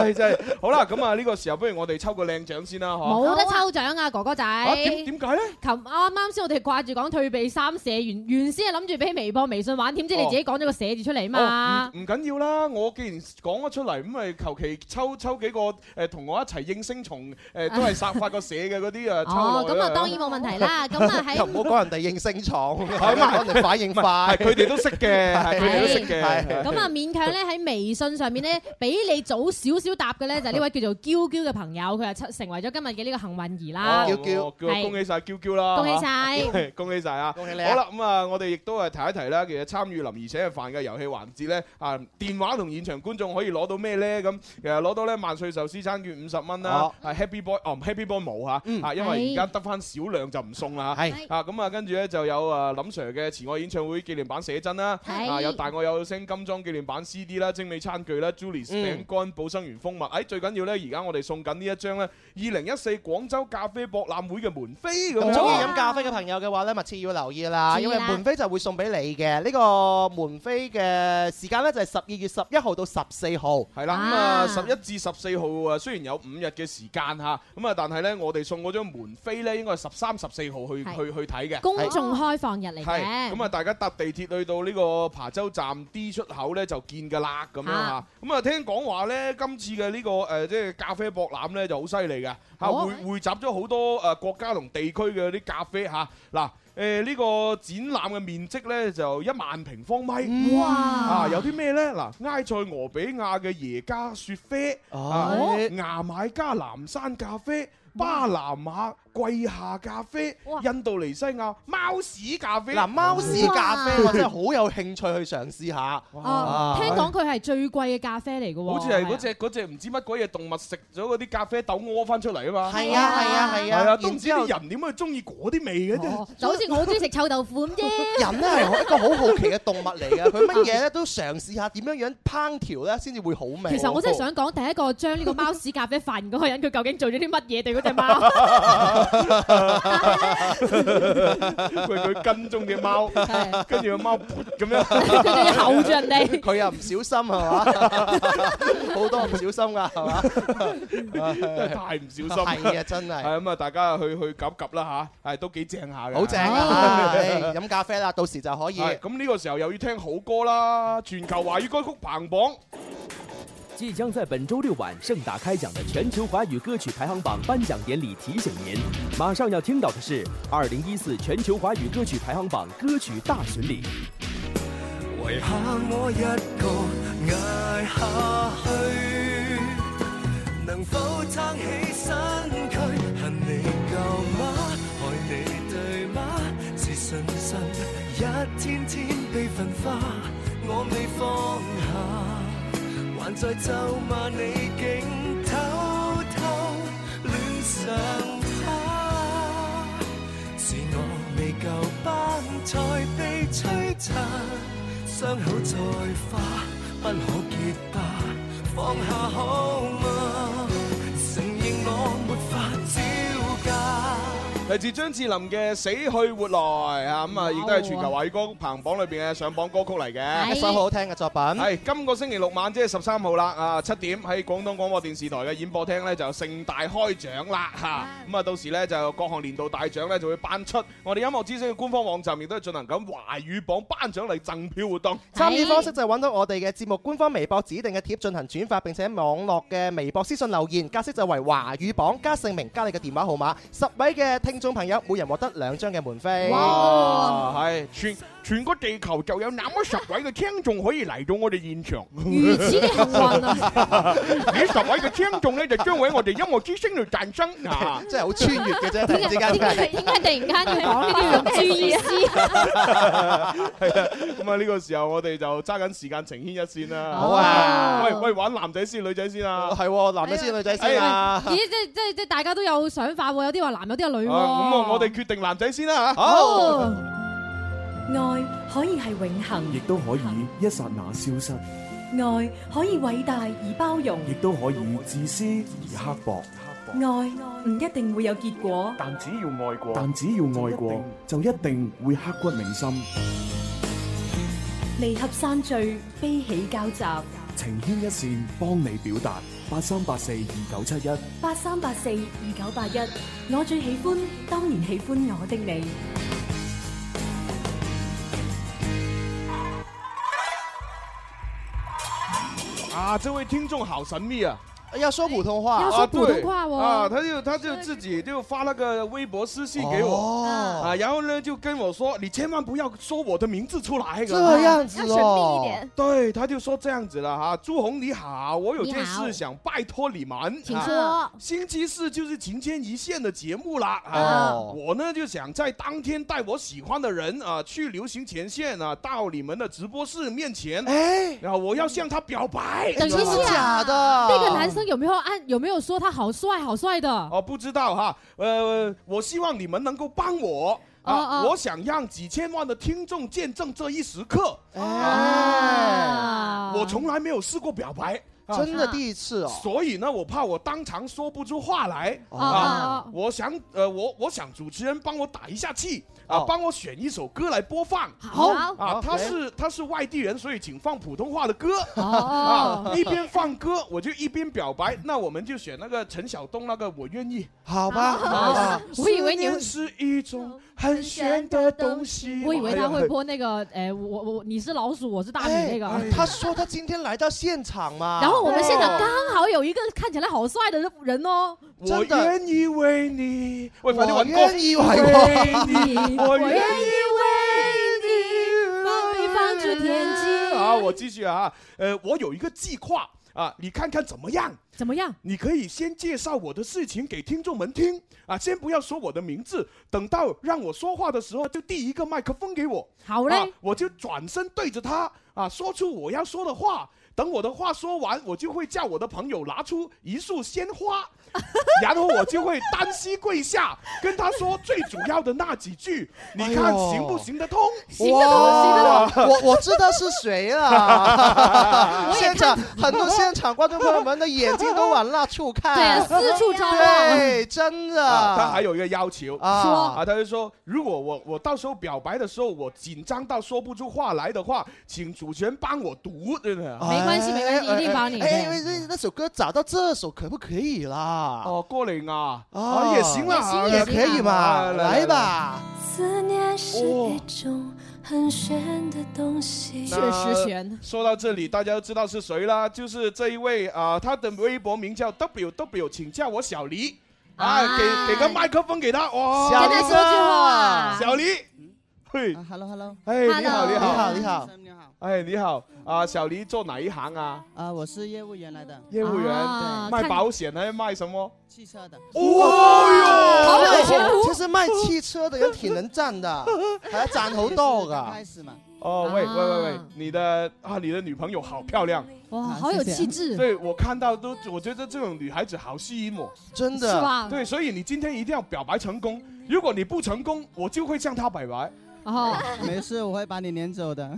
Speaker 6: 唉，真係好啦，咁啊呢個時候不如我哋抽個靚獎先啦，嗬。
Speaker 7: 冇得抽獎啊，哥哥仔。
Speaker 6: 啊點點解咧？
Speaker 7: 琴啱啱先我哋掛住講退避三舍，原原先係諗住俾微博、微信玩，點知你自
Speaker 8: 哦
Speaker 7: 己講咗個舍字出嚟嘛？
Speaker 6: 唔唔緊要啦，我既然講咗出嚟，咁咪求其抽抽幾個誒同我一齊應聲從誒都係殺發個社嘅嗰啲誒抽
Speaker 7: 哦，
Speaker 6: 落
Speaker 7: 咁
Speaker 6: 去
Speaker 7: 啊
Speaker 6: 啦
Speaker 7: 當然冇問題 啦。咁啊
Speaker 8: 又唔
Speaker 7: 喺
Speaker 8: 好講人哋應聲廠， 講人哋反應快
Speaker 6: 係。佢哋都識嘅，係佢哋都識嘅。
Speaker 8: 係
Speaker 6: 係
Speaker 7: 咁啊勉強咧喺微信上面咧，比你早少少答嘅咧就係呢位叫做嬌嬌嘅朋友，佢啊出成為咗今日嘅呢個幸運兒啦
Speaker 6: 哦。
Speaker 8: 嬌嬌
Speaker 6: 我叫我
Speaker 7: 係
Speaker 6: 恭喜晒嬌哦嬌啦！
Speaker 7: 恭喜
Speaker 6: 嚇
Speaker 7: 晒！
Speaker 6: 係 恭喜晒啊！
Speaker 8: 恭喜你啊
Speaker 6: 好啦，咁啊，我哋亦都係提一提啦。其實參與林兒請嘅飯嘅遊戲環節咧，啊，電話同現場觀眾可以攞到咩咧？咁其實攞到咧萬歲壽司餐券五十蚊啦
Speaker 8: 哦，
Speaker 6: 啊 Happy Boy 哦唔 Happy Boy 冇
Speaker 8: 嗯
Speaker 6: 嚇，啊因為而
Speaker 7: 係
Speaker 6: 家得翻少量就唔送啦嚇。
Speaker 8: 係
Speaker 6: 啊，咁啊，跟住咧就有啊林 Sir 嘅慈愛演唱會紀念版寫真啦，
Speaker 7: 係
Speaker 6: 啊有大愛有聲金裝紀念版 CD 啦、精美餐具啦、Julie's
Speaker 8: 嗯
Speaker 6: 餅乾、寶生園蜂蜜，誒最緊要咧，而家我哋送緊呢一張咧二零一四廣州咖啡博覽會嘅門飛咁
Speaker 8: 咁
Speaker 6: 樣
Speaker 8: 中意
Speaker 6: 啊。
Speaker 8: 飲咖啡嘅朋友嘅話咧，密切要留意啦，
Speaker 7: 注意
Speaker 8: 因
Speaker 7: 啦
Speaker 8: 為門飛就會送俾你嘅。呢個門飛嘅時間咧就係十二月十一號到十四號。
Speaker 6: 係啦，咁啊
Speaker 7: 啊
Speaker 6: 十一至十四號啊，雖然有五日嘅時間嚇，咁啊，但係咧我哋送嗰張門飛咧，應該係十三、十四號去
Speaker 7: 係
Speaker 6: 去去睇嘅。
Speaker 7: 公眾開放日嚟
Speaker 6: 係
Speaker 7: 嘅
Speaker 6: 咁。啊！大家搭地鐵去到呢個琶洲站 D 出口咧，就見㗎啦咁樣嚇
Speaker 7: 啊。
Speaker 6: 咁啊，聽講話咧，今次嘅呢個誒即係咖啡博覽咧就好犀利嘅嚇，
Speaker 7: 哦
Speaker 6: 匯匯集咗好多誒國家同地區嘅啲咖啡嚇。嗱誒呢個展覽嘅面積咧就一萬平方米。
Speaker 7: 哇！
Speaker 6: 啊，有啲咩呢？嗱，埃塞俄比亞嘅耶加雪啡，啊
Speaker 8: 哦，
Speaker 6: 牙買加藍山咖啡。巴拿馬貴下咖啡、
Speaker 9: 哇
Speaker 6: 印度尼西亞貓屎咖啡，
Speaker 8: 嗱，貓屎咖啡我真係好有興趣去嘗試下。
Speaker 7: 啊，聽講佢係最貴嘅咖啡嚟嘅喎。
Speaker 6: 好似係嗰
Speaker 7: 啊
Speaker 6: 只嗰只唔知乜鬼嘢動物食咗嗰啲咖啡豆屙翻出嚟啊嘛，
Speaker 8: 係啊係啊係
Speaker 6: 係啊，
Speaker 8: 啊，
Speaker 6: 都唔
Speaker 8: 然
Speaker 6: 知
Speaker 8: 之後
Speaker 6: 啲。人點解中意嗰啲味嘅啫。
Speaker 7: 哦就好似我好中意食臭豆腐咁啫。
Speaker 8: 人咧係一個好好奇嘅動物嚟嘅，佢乜嘢咧都嘗試下點樣樣烹調咧先至會好味。
Speaker 7: 其實我
Speaker 6: 哦
Speaker 7: 真係想講，第一個將呢個貓屎咖啡發現嗰個人，佢究竟做咗啲乜嘢對嗰只貓？
Speaker 6: 佢佢跟蹤 嘅貓，跟住個貓噗咁樣，
Speaker 7: 佢仲要候住人 哋。
Speaker 8: 佢又唔小心係嘛， 好多唔小心㗎係嘛，
Speaker 6: 真係 太唔小心。
Speaker 8: 係啊真係。
Speaker 6: 係咁啊，大家去去及及啦吓，係都幾正下嘅。
Speaker 8: 好正
Speaker 7: 哦
Speaker 8: 啊！唉飲咖啡啦，到時就可以。
Speaker 6: 係咁呢個時候又要聽好歌啦，全球華語歌曲排行榜，
Speaker 5: 即将在本周六晚盛大开奖的全球华语歌曲排行榜颁奖典礼提醒您，马上要听到的是二零一四全球华语歌曲排行榜歌曲大巡礼。
Speaker 1: 遺下我一個捱下去，能否撐起身軀？恨你夠嗎？愛你對嗎？自信心一天天被焚化，我未放下，還在咒罵你竟偷偷戀上他，是我未夠班才被摧殘。傷口再花，不可結疤，放下好嗎？承認我沒法招架。
Speaker 6: 嚟自張智霖嘅《死去活來》啊，咁啊亦都係全球華語歌曲排行榜裏邊嘅上榜歌曲嚟嘅。
Speaker 8: 一首好好聽嘅作品，
Speaker 6: 係今個星期六晚，即係十三號啦，啊七點喺廣東廣播電視台嘅演播廳呢，就盛大開獎啦嚇！咁啊到時呢，就各項年度大獎呢，就會頒出，我哋音樂之星嘅官方網站亦都係進行緊華語榜頒獎禮贈票活動。
Speaker 8: 參與方式就係揾到我哋嘅節目官方微博指定嘅貼進行轉發，並且網絡嘅微博私信留言，格式就為華語榜加姓名加你嘅電話號碼，十位嘅聽眾朋友每人獲得兩張嘅門飛。
Speaker 6: 啊哇！係全全個地球就有那麼十位嘅聽眾可以嚟到我哋現場。
Speaker 7: 如此嘅幸運
Speaker 6: 啊！呢十位嘅聽眾咧，就將會喺我哋音樂之聲度誕生啊！
Speaker 8: 真係好穿越嘅啫，突然之
Speaker 7: 點解
Speaker 8: 間。
Speaker 7: 點解突然間要講呢啲要用注意先？
Speaker 6: 係啊，咁啊呢個時候我哋就揸緊時間情牽一線啦。
Speaker 8: 好啊
Speaker 6: 喂喂，玩男仔先，女仔先啊！
Speaker 8: 係喎，男仔先女仔
Speaker 6: 哎
Speaker 8: 先啊！
Speaker 7: 咦，即即即大家都有想法喎，有啲話男，有啲話女
Speaker 6: 啊咁
Speaker 7: 喎。
Speaker 6: 啊，我哋決定男仔先啦
Speaker 7: 哦
Speaker 6: 嚇。
Speaker 8: 好，
Speaker 2: 愛可以係永恆，
Speaker 1: 亦都可以一刹那消失，
Speaker 2: 愛可以偉大而包容，
Speaker 1: 亦都可以自私而刻薄。
Speaker 2: 愛唔一定會有結果。
Speaker 1: 但只要愛過，但只要愛過，就一定會刻骨銘心。
Speaker 2: 離合散聚，悲喜交集。
Speaker 1: 情牽一線，幫你表達。八三八四二九七一，
Speaker 2: 八三八四二九八一，我最喜歡，當然喜歡我的你。
Speaker 6: 啊，这位听众好神秘啊！
Speaker 8: 要说普通话
Speaker 7: 要
Speaker 6: 啊，
Speaker 7: 说普
Speaker 6: 对
Speaker 7: 通话哦
Speaker 6: 啊，他就他就自己就发那个微博私信给我。
Speaker 8: 哦，
Speaker 6: 啊，然后呢就跟我说，你千万不要说我的名字出来。
Speaker 8: 这样
Speaker 9: 要
Speaker 8: 子
Speaker 9: 神秘一
Speaker 8: 哦。
Speaker 9: 点。
Speaker 6: 对，他就说这样子了哈。朱红你好，我有
Speaker 10: 你
Speaker 6: 件
Speaker 10: 好
Speaker 6: 事想拜托你们。
Speaker 10: 请
Speaker 6: 啊
Speaker 10: 说。
Speaker 6: 星期四就是情牵一线的节目啦啊！
Speaker 8: 哦，
Speaker 6: 我呢就想在当天带我喜欢的人啊去流行前线啊，到你们的直播室面前，
Speaker 8: 哎，
Speaker 6: 然后我要向他表白。
Speaker 7: 哎等一
Speaker 8: 真
Speaker 7: 下，
Speaker 8: 的假的？
Speaker 7: 那个男生有没有按有没有说他好帅好帅的？
Speaker 6: 哦，不知道哈，呃，我希望你们能够帮我啊，
Speaker 7: 哦哦
Speaker 6: 我想让几千万的听众见证这一时刻。
Speaker 7: 哦
Speaker 8: 哎，
Speaker 7: 啊
Speaker 6: 我从来没有试过表白，啊
Speaker 8: 真的第一次哦。
Speaker 6: 所以呢，我怕我当场说不出话来。
Speaker 7: 哦
Speaker 6: 啊
Speaker 7: 哦，
Speaker 6: 我想，呃，我我想主持人帮我打一下气啊，
Speaker 8: 哦
Speaker 6: 帮我选一首歌来播放
Speaker 7: 好
Speaker 6: 啊。
Speaker 8: OK
Speaker 6: 他是他是外地人，所以请放普通话的歌
Speaker 7: 哦
Speaker 6: 啊。一边放歌，我就一边表白。那我们就选那个陈晓东那个《我愿意》。啊
Speaker 8: 好吧，好吧，
Speaker 7: 哦我以为你
Speaker 6: 思念是一种很玄的东西。
Speaker 7: 我以为他
Speaker 6: 哎
Speaker 7: 会
Speaker 6: 呀
Speaker 7: 播那个，诶，我我我你是老鼠，我是大米
Speaker 8: 哎
Speaker 7: 那个。
Speaker 8: 他说他今天来到现场嘛，
Speaker 7: 然后我们现场刚好有一个看起来好帅的人哦，
Speaker 6: 我
Speaker 8: 真的
Speaker 6: 愿意为你，喂，快啲 揾
Speaker 8: 我
Speaker 6: 歌
Speaker 8: 愿。意为
Speaker 7: 你
Speaker 6: 我愿意为
Speaker 7: 你放
Speaker 6: 你
Speaker 7: 飞放出天际
Speaker 6: 啊，我继续啊，呃，我有一个计划啊，你看看怎么样？
Speaker 7: 怎么样？
Speaker 6: 你可以先介绍我的事情给听众们听啊，先不要说我的名字，等到让我说话的时候，就递一个麦克风给我。
Speaker 7: 好
Speaker 6: 啊
Speaker 7: 嘞，，
Speaker 6: 我就转身对着他啊，说出我要说的话。等我的话说完，我就会叫我的朋友拿出一束鲜 花，然后我就会单膝跪下，跟他说最主要的那几 句，你
Speaker 8: 哎呦
Speaker 6: 看行不行得通？
Speaker 8: 你，哇， 我我知道是谁 了，现场很多现场观众朋友们的眼睛都往那处
Speaker 7: 对啊，
Speaker 8: 看，
Speaker 7: 四处张望。
Speaker 8: 对，真的，
Speaker 6: 啊，他还有一个要求
Speaker 8: 哎啊，
Speaker 6: 啊，他就说，如果我我到时候表白的时候我紧张到说不出话来的话，请主持人帮我读，真的。
Speaker 7: 没关系没关系
Speaker 8: 哎
Speaker 7: 一定帮你
Speaker 8: 哎，哎
Speaker 7: 对
Speaker 8: 哎那那首歌找到这首可不可以啦？
Speaker 6: 哦，过嚟啊，
Speaker 8: 哦
Speaker 6: 啊也行啦，
Speaker 7: 行
Speaker 8: 也
Speaker 7: 也
Speaker 8: 可以嘛，
Speaker 6: 啊
Speaker 8: 来。吧。
Speaker 2: 思念是
Speaker 6: 哦
Speaker 2: 一种很玄的东西。
Speaker 7: 确实悬。
Speaker 6: 说到这里，大家都知道是谁啦，就是这一位啊、他的微博名叫 W W，请叫我小黎啊，
Speaker 7: 啊
Speaker 6: 给给个麦克风给他，哇，
Speaker 8: 小
Speaker 7: 跟
Speaker 8: 黎
Speaker 7: 他说句话。
Speaker 6: 小黎，嘿，
Speaker 12: Hello Hello，
Speaker 6: 哎，你
Speaker 7: Hello
Speaker 6: 好，你
Speaker 8: 你
Speaker 6: 好，
Speaker 8: 好，你好，
Speaker 12: 你好，
Speaker 6: 哎，你好，啊，小黎做哪一行啊？
Speaker 12: 啊，我是业务员来的，
Speaker 6: 业务员，
Speaker 2: 哦
Speaker 7: 啊
Speaker 6: 卖
Speaker 7: 看
Speaker 6: 保险还是卖什么？
Speaker 12: 汽车的。
Speaker 6: 哦
Speaker 7: 好有前途
Speaker 8: 其实卖汽车的人挺能赚 的，还要赚好多
Speaker 12: 刚
Speaker 8: 噶
Speaker 12: 开。始嘛，
Speaker 6: 哟，哦，喂
Speaker 7: 啊
Speaker 6: 喂喂喂，你的啊，你的女朋友好漂亮，
Speaker 7: 哇，好有气质，
Speaker 6: 对我看到都，我觉得这种女孩子好吸引我，
Speaker 8: 真
Speaker 7: 是
Speaker 8: 的。
Speaker 7: 吧？
Speaker 6: 对，所以你今天一定要表白成功，如果你不成功，我就会向她表白。
Speaker 7: 哦，
Speaker 12: 没事，我会把你撵走 的。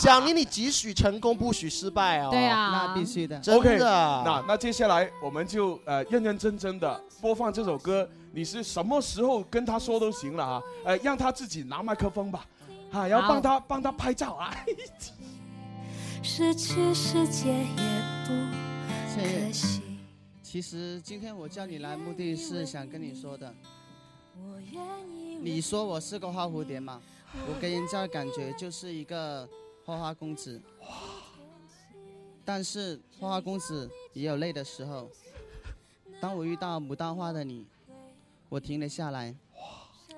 Speaker 8: 小林，你只许成功，不许失败哦。
Speaker 7: 对，
Speaker 12: 那
Speaker 7: 啊，
Speaker 12: 必须的。
Speaker 8: 真
Speaker 6: OK，
Speaker 8: 的。
Speaker 6: 那那接下来我们就呃认认真真的播放这首歌，你是什么时候跟他说都行了啊，呃让他自己拿麦克风吧，啊，然后
Speaker 7: 好
Speaker 6: 帮他帮他拍照啊，
Speaker 2: 失去世界也不可
Speaker 12: 这
Speaker 2: 惜。
Speaker 12: 其实今天我叫你来，目的是想跟你说的。
Speaker 2: 我愿意为
Speaker 12: 你说我是个花蝴蝶嘛，我给人家的感觉就是一个花花公子。但是花花公子也有累的时候。当我遇到牡丹花的你，我停了下来，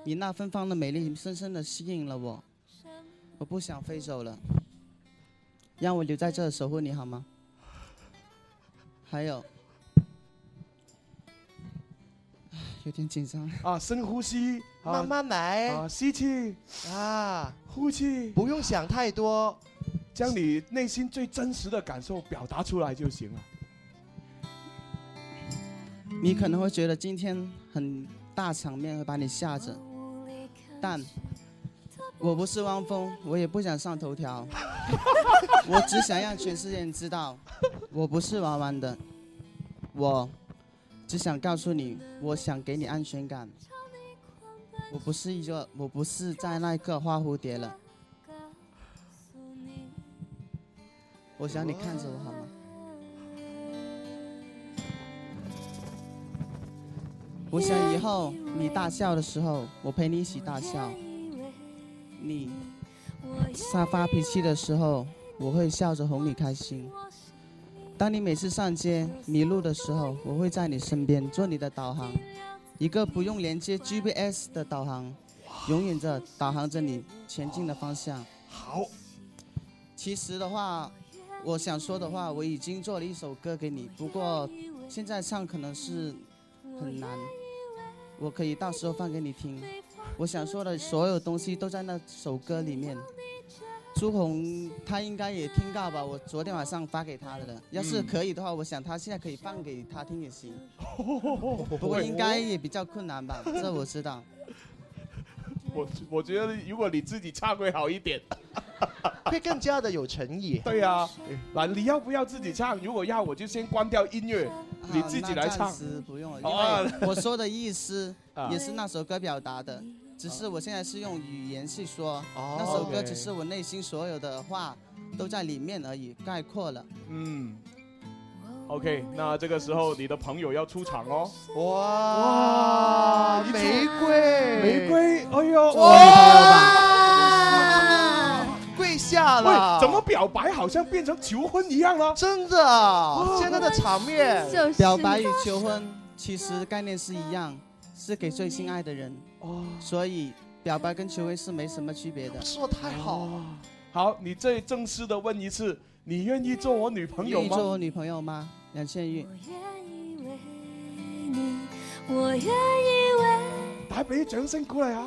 Speaker 12: 你那芬芳的美丽深深的吸引了我，我不想飞走了，让我留在这守护你好吗？还有，唉有点紧张。
Speaker 6: 啊，深呼吸，啊
Speaker 8: 慢慢来
Speaker 6: 啊，吸气，
Speaker 8: 啊，
Speaker 6: 呼气，
Speaker 8: 不用想太多，
Speaker 6: 将你内心最真实的感受表达出来就行了。
Speaker 12: 你可能会觉得今天很大场面会把你吓着，但我不是汪峰，我也不想上头条，我只想让全世界人知道，我不是玩玩的，我只想告诉你，我想给你安全感。我不是一个，我不是在那一刻画蝴蝶了。我想你看着我好吗？我想以后你大笑的时候，我陪你一起大笑；你发发脾气的时候，我会笑着哄你开心。当你每次上街迷路的时候，我会在你身边做你的导航，一个不用连接 GPS 的导航，永远着导航着你前进的方向。
Speaker 6: 好，
Speaker 12: 其实的话，我想说的话，我已经做了一首歌给你，不过现在唱可能是很难，我可以到时候放给你听。我想说的所有东西都在那首歌里面。朱红他应该也听到吧？我昨天晚上发给他的了。要是
Speaker 6: 嗯
Speaker 12: 可以的话，我想他现在可以放给他听也行。不过应该也比较困难吧？这我知道。
Speaker 6: 我我觉得如果你自己唱会好一点。
Speaker 8: 会更加的有诚意。
Speaker 6: 对呀、嗱，你要不要自己唱？如果要，我就先关掉音乐，你自己来
Speaker 12: 啊
Speaker 6: 唱
Speaker 12: 那暂。时不用了，
Speaker 6: 哦
Speaker 12: 因为我说的意思
Speaker 6: 啊
Speaker 12: 也是那首歌表达的，只是我现在是用语言去说，
Speaker 8: 哦
Speaker 12: 那首歌
Speaker 6: OK
Speaker 12: 只是我内心所有的话都在里面而已，概括了。
Speaker 6: 嗯。OK，那这个时候你的朋友要出场哦。
Speaker 8: 哇，
Speaker 6: 一出
Speaker 8: 啊玫瑰，
Speaker 6: 玫，瑰，哎呦，
Speaker 8: 哇，跪下了，
Speaker 6: 喂，怎么表白好像变成求婚一样了？
Speaker 8: 真的啊？现在的场面，
Speaker 9: 就是
Speaker 12: 表白与求婚其实概念是一样，是给最心爱的人，
Speaker 6: 哦，
Speaker 12: 所以表白跟求婚是没什么区别的。
Speaker 8: 说得太好了，
Speaker 6: 好，你最正式的问一次，你愿意做我女朋
Speaker 12: 你
Speaker 6: 友
Speaker 12: 愿意做
Speaker 6: 吗？
Speaker 12: 我女朋友吗？杨千玉，
Speaker 2: 我愿意为
Speaker 6: 来，俾啲掌聲鼓勵下。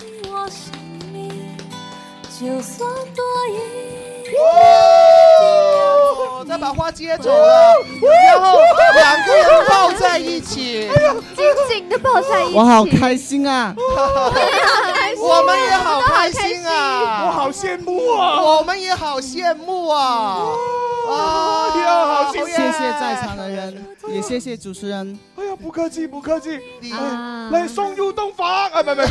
Speaker 2: 你我生命，就算多一
Speaker 8: 哦再把花接走了，然后两个人抱在一起，
Speaker 9: 紧紧的抱在一起，
Speaker 12: 我好开心啊！
Speaker 8: 我们也好开心
Speaker 6: 我
Speaker 8: 啊，
Speaker 6: 好羡慕啊！
Speaker 8: 我们也好羡慕啊，啊
Speaker 6: 哎呀好幸福
Speaker 12: 谢谢在场的人，也谢谢主持人。
Speaker 6: 哎呀，不客氣，不客氣。
Speaker 8: 你
Speaker 7: 啊
Speaker 6: 嚟送入洞房啊！唔係唔係唔係唔係，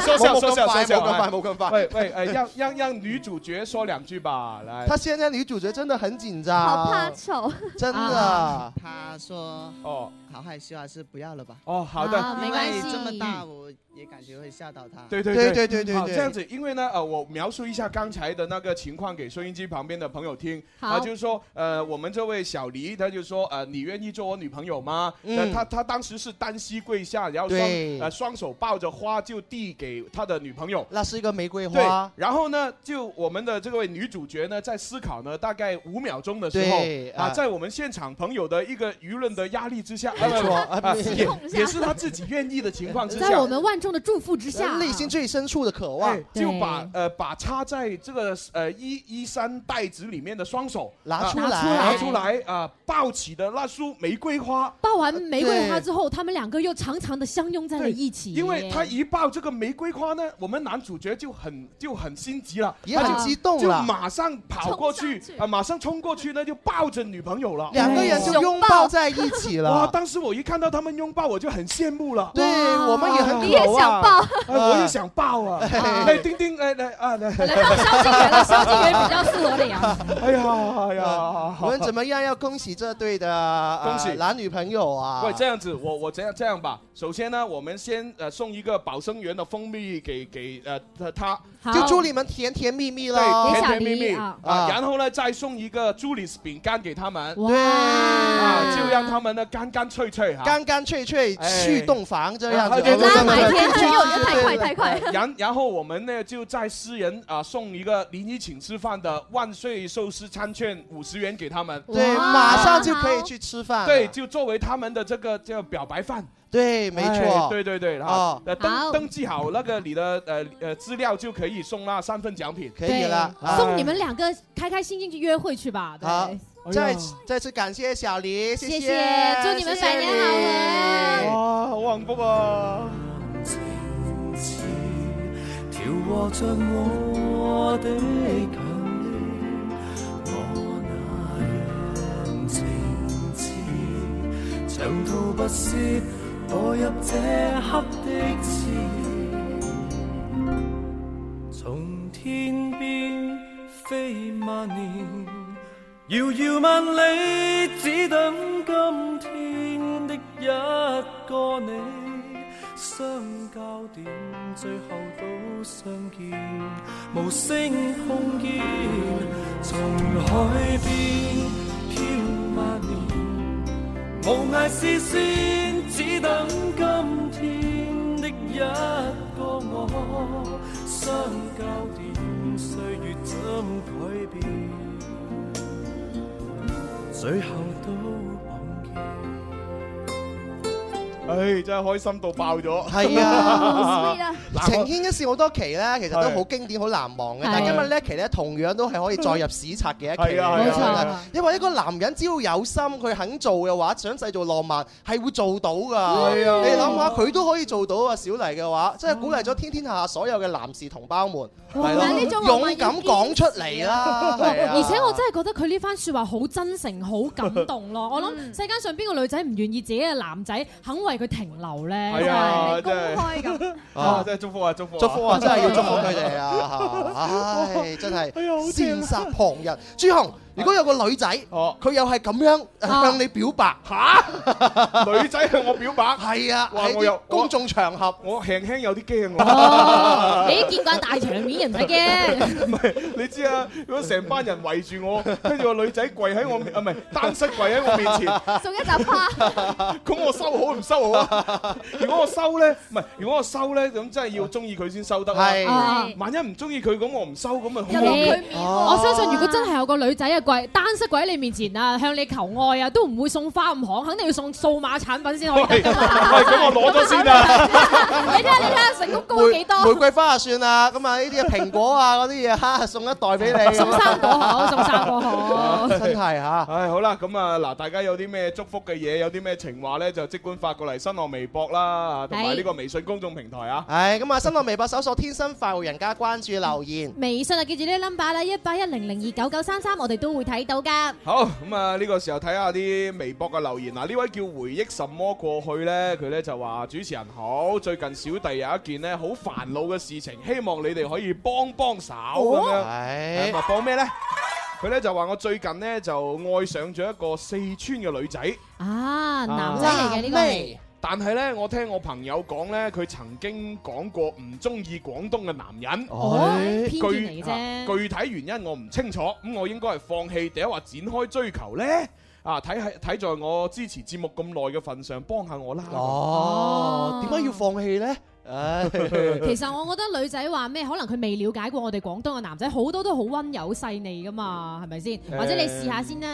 Speaker 6: 收聲收聲收聲！
Speaker 8: 冇咁快。
Speaker 6: 喂喂，誒，讓讓讓女主角說兩句吧，來
Speaker 8: 她。现在女主角真的很紧
Speaker 9: 好怕
Speaker 8: 张，
Speaker 9: 丑。
Speaker 8: 真的
Speaker 7: 啊。
Speaker 12: 他说
Speaker 6: 哦
Speaker 12: 好害羞，还是不要了吧。
Speaker 6: 哦，好的，
Speaker 7: 啊没关系
Speaker 12: 因为这么大我也感觉会吓到他。
Speaker 6: 對對
Speaker 8: 嗯对
Speaker 6: 對。
Speaker 8: 对对对
Speaker 6: 好，
Speaker 8: 对，
Speaker 6: 这样子，因为呢，呃，我描述一下刚才的那个情况给收音机旁边的朋友听啊，
Speaker 7: 好
Speaker 6: 就是说，呃，我们这位小黎，他就说，呃，你愿意做我女朋友吗？
Speaker 8: 嗯
Speaker 6: 那他他当时是单膝跪下，然后双
Speaker 8: 对
Speaker 6: 呃双手抱着花就递给他的女朋友，
Speaker 8: 那是一个玫瑰
Speaker 6: 对
Speaker 8: 花，，
Speaker 6: 然后呢，就我们的这位女主角呢，在思考呢，大概五秒钟的时
Speaker 8: 对
Speaker 6: 候啊，
Speaker 8: 啊
Speaker 6: 在我们现场朋友的一个舆论的压力之下，
Speaker 8: 没错，
Speaker 6: 啊
Speaker 8: 啊
Speaker 6: 不是
Speaker 8: 你
Speaker 6: 也也是她自己愿意的情况之
Speaker 7: 在
Speaker 6: 下
Speaker 7: 我。们万众的祝福之下啊，
Speaker 8: 内心最深处的渴望
Speaker 6: 哎，就
Speaker 7: 对
Speaker 6: 把呃把插在这个呃衣衣衫袋子里面的双手
Speaker 8: 拿
Speaker 6: 啊
Speaker 8: 出
Speaker 7: 拿出
Speaker 8: 来，
Speaker 6: 拿
Speaker 7: 来
Speaker 6: 出来啊，抱起的那束玫瑰花，
Speaker 7: 抱完玫瑰花
Speaker 8: 对
Speaker 7: 之后，他们两个又长长的相拥在了
Speaker 6: 对
Speaker 7: 一起，
Speaker 6: 因为他一抱这个玫瑰花呢，我们男主角就很就很心急了，
Speaker 8: 也很激动
Speaker 6: 就
Speaker 8: 了。
Speaker 6: 马上跑过去
Speaker 9: 冲上去
Speaker 6: 啊、马上冲过去呢，就抱着女朋友了。
Speaker 8: 两个人就拥抱在一起
Speaker 6: 哇！
Speaker 8: 了。
Speaker 6: 当时我一看到他们拥抱，我就很羡慕了。
Speaker 8: 对，
Speaker 7: 哇
Speaker 8: 我们也很
Speaker 9: 你也
Speaker 8: 渴
Speaker 9: 想
Speaker 8: 望。
Speaker 9: 抱，
Speaker 6: 哎，我也想抱啊！哎，丁丁，哎来啊来！
Speaker 7: 来到萧敬元了，萧敬元比较适 合的呀。
Speaker 8: 嗯
Speaker 6: 哎呀哎呀！
Speaker 8: 无论怎么样，要恭喜这对的、呃
Speaker 6: 恭喜
Speaker 8: 男女朋友啊！啊？
Speaker 6: 喂，这样子，我我这样这样吧，首先呢，我们先呃送一个保生园的蜂蜜给给呃他他，
Speaker 8: 就祝你们甜甜蜜蜜
Speaker 6: 对
Speaker 8: 喽，
Speaker 6: 甜甜蜜蜜啊，然后呢再送一个朱丽斯饼干给他们，
Speaker 8: 对
Speaker 6: 啊，就让他们呢干干脆脆啊哈，
Speaker 8: 干干脆脆去洞房这样
Speaker 6: 啊
Speaker 8: 子，
Speaker 6: 对对对对对
Speaker 7: 哎
Speaker 6: 对
Speaker 8: 对
Speaker 6: 对对
Speaker 8: 对对
Speaker 6: 呃然然后我们呢就在私人啊、送一个临沂请吃饭的万岁寿司餐券五十元给他们，
Speaker 8: 对，马上就可以去吃饭了。
Speaker 6: 对，就作为他们的这个叫表白饭。
Speaker 8: 对，没错
Speaker 6: 哎，对对对，然
Speaker 8: 哦
Speaker 6: 后呃登登记好那个你的呃呃资料就可以送那三份奖品，
Speaker 8: 可以了啊
Speaker 7: 送你们两个开开心心去约会去吧。对
Speaker 8: 好，
Speaker 7: 哎
Speaker 8: 再
Speaker 7: 呀
Speaker 8: 再次感谢小黎，
Speaker 7: 谢
Speaker 8: 谢
Speaker 7: 谢，祝你们百年好啊合。
Speaker 6: 哇，好幸福啊！
Speaker 1: 似调和着我的強烈，我那樣情痴，長途跋涉墮入這刻的刺，從天邊飛萬年，遙遙萬里，只等今天的一個你。相交點，最後都相見，無聲碰見，從海邊飄萬年，無涯視線，只等今天的一個我。相交點，歲月怎改變？最後都。
Speaker 6: 唉，哎真係開心到爆咗。
Speaker 8: 係 啊，
Speaker 6: 嗱
Speaker 8: 情牽一線好多期咧，其實都好經典、好難忘嘅。但係今日呢一期咧，同樣都係可以再入史冊嘅一期
Speaker 6: 係啊係啊
Speaker 8: 嚟㗎
Speaker 6: 係啊
Speaker 8: 因為一個男人只要有心，佢肯做嘅話，想製造浪漫係會做到㗎。
Speaker 6: 係啊
Speaker 8: 你諗下，佢都可以做到啊！小黎嘅話，真係鼓勵咗天天下下所有嘅男士同胞們，
Speaker 7: 哇
Speaker 8: 係咯
Speaker 7: 呢種浪漫
Speaker 8: 勇敢講出嚟啦！
Speaker 7: 哇
Speaker 8: 係啊
Speaker 7: 而且我真係覺得佢呢番説話好真誠、好感動咯。我諗世界上邊個女仔唔願意自己嘅男仔肯為佢停留咧？
Speaker 6: 係啊，
Speaker 7: 真係
Speaker 6: 真係
Speaker 7: 咁
Speaker 6: 啊，真係祝福啊，祝福，
Speaker 8: 祝福啊！真係 要祝福佢哋啊！唉，真係羨煞旁人。朱紅，如果有個女仔，
Speaker 6: 哦
Speaker 8: 佢又係咁樣
Speaker 6: 啊
Speaker 8: 向你表白，
Speaker 6: 女仔向我表白，
Speaker 8: 係啊
Speaker 6: 哇！
Speaker 8: 喺啲
Speaker 6: 我又
Speaker 8: 公眾場合，
Speaker 6: 我輕輕有啲 驚啊
Speaker 7: 哦
Speaker 6: 喎。
Speaker 7: 你見慣大場面人唔使 驚。
Speaker 6: 唔係，你知啊，如果成班人圍住我，跟住個女仔跪喺我面，啊唔係單膝跪喺我面 前，
Speaker 9: 送一扎花。
Speaker 6: 咁我收好唔收好啊？如果我收咧，唔係，如果我收咧，咁真係要中意佢先收得啦。
Speaker 8: 係
Speaker 7: 啊
Speaker 6: 萬一唔中意佢，咁我唔收，咁咪好
Speaker 7: 你 我相信如果真係有個女仔啊跪單膝跪喺你面前啊，向你求愛啊，都唔會送花咁行，肯定要送數碼產品先可以得㗎嘛。
Speaker 6: 喂咁我攞咗先啊！
Speaker 7: 你睇下你睇下成功高幾多？
Speaker 8: 玫瑰花啊算啦，咁啊呢啲啊蘋果啊嗰啲嘢哈，送一袋俾你。
Speaker 7: 送生果好送生果
Speaker 6: 好
Speaker 8: 真係嚇。
Speaker 6: 唉，好啦，咁啊，嗱，大家有啲咩祝福嘅嘢，有啲咩情話咧，就即管發過嚟新浪微博啦，啊同埋呢個微信公眾平台啊。
Speaker 8: 唉，咁啊，新浪微博搜索天生快活人家，關注留言。
Speaker 7: 微信啊，記住呢個 number 啦，一八一零零二九九三三，我哋都會睇到㗎。
Speaker 6: 好咁啊！呢個時候睇下啲微博嘅留言啊嗱，呢位叫回憶什麼過去呢？佢呢就話主持人好，最近小弟有一件呢好煩惱嘅事情，希望你哋可以幫幫手咁樣。
Speaker 8: 哦係
Speaker 6: 咁啊幫咩呢？佢呢就話我最近呢就愛上咗一個四川嘅女仔。
Speaker 7: 啊，男仔嚟嘅呢個係
Speaker 6: 咩？但係呢，我聽我朋友講呢，佢曾經講過唔中意廣東嘅男人。
Speaker 7: 哦
Speaker 6: 具
Speaker 7: 偏見嚟啫
Speaker 6: 啊具體原因我唔清楚，咁我應該係放棄，定係話展開追求呢？啊，睇喺睇在我支持節目咁耐嘅份上，幫下我啦。
Speaker 8: 哦，點解要放棄呢？唉，
Speaker 7: 其實我覺得女仔話咩，可能佢未了解過我哋廣東嘅男仔，好多都好温柔細膩噶嘛，係咪先？
Speaker 6: 誒
Speaker 7: 或者你試下先啦。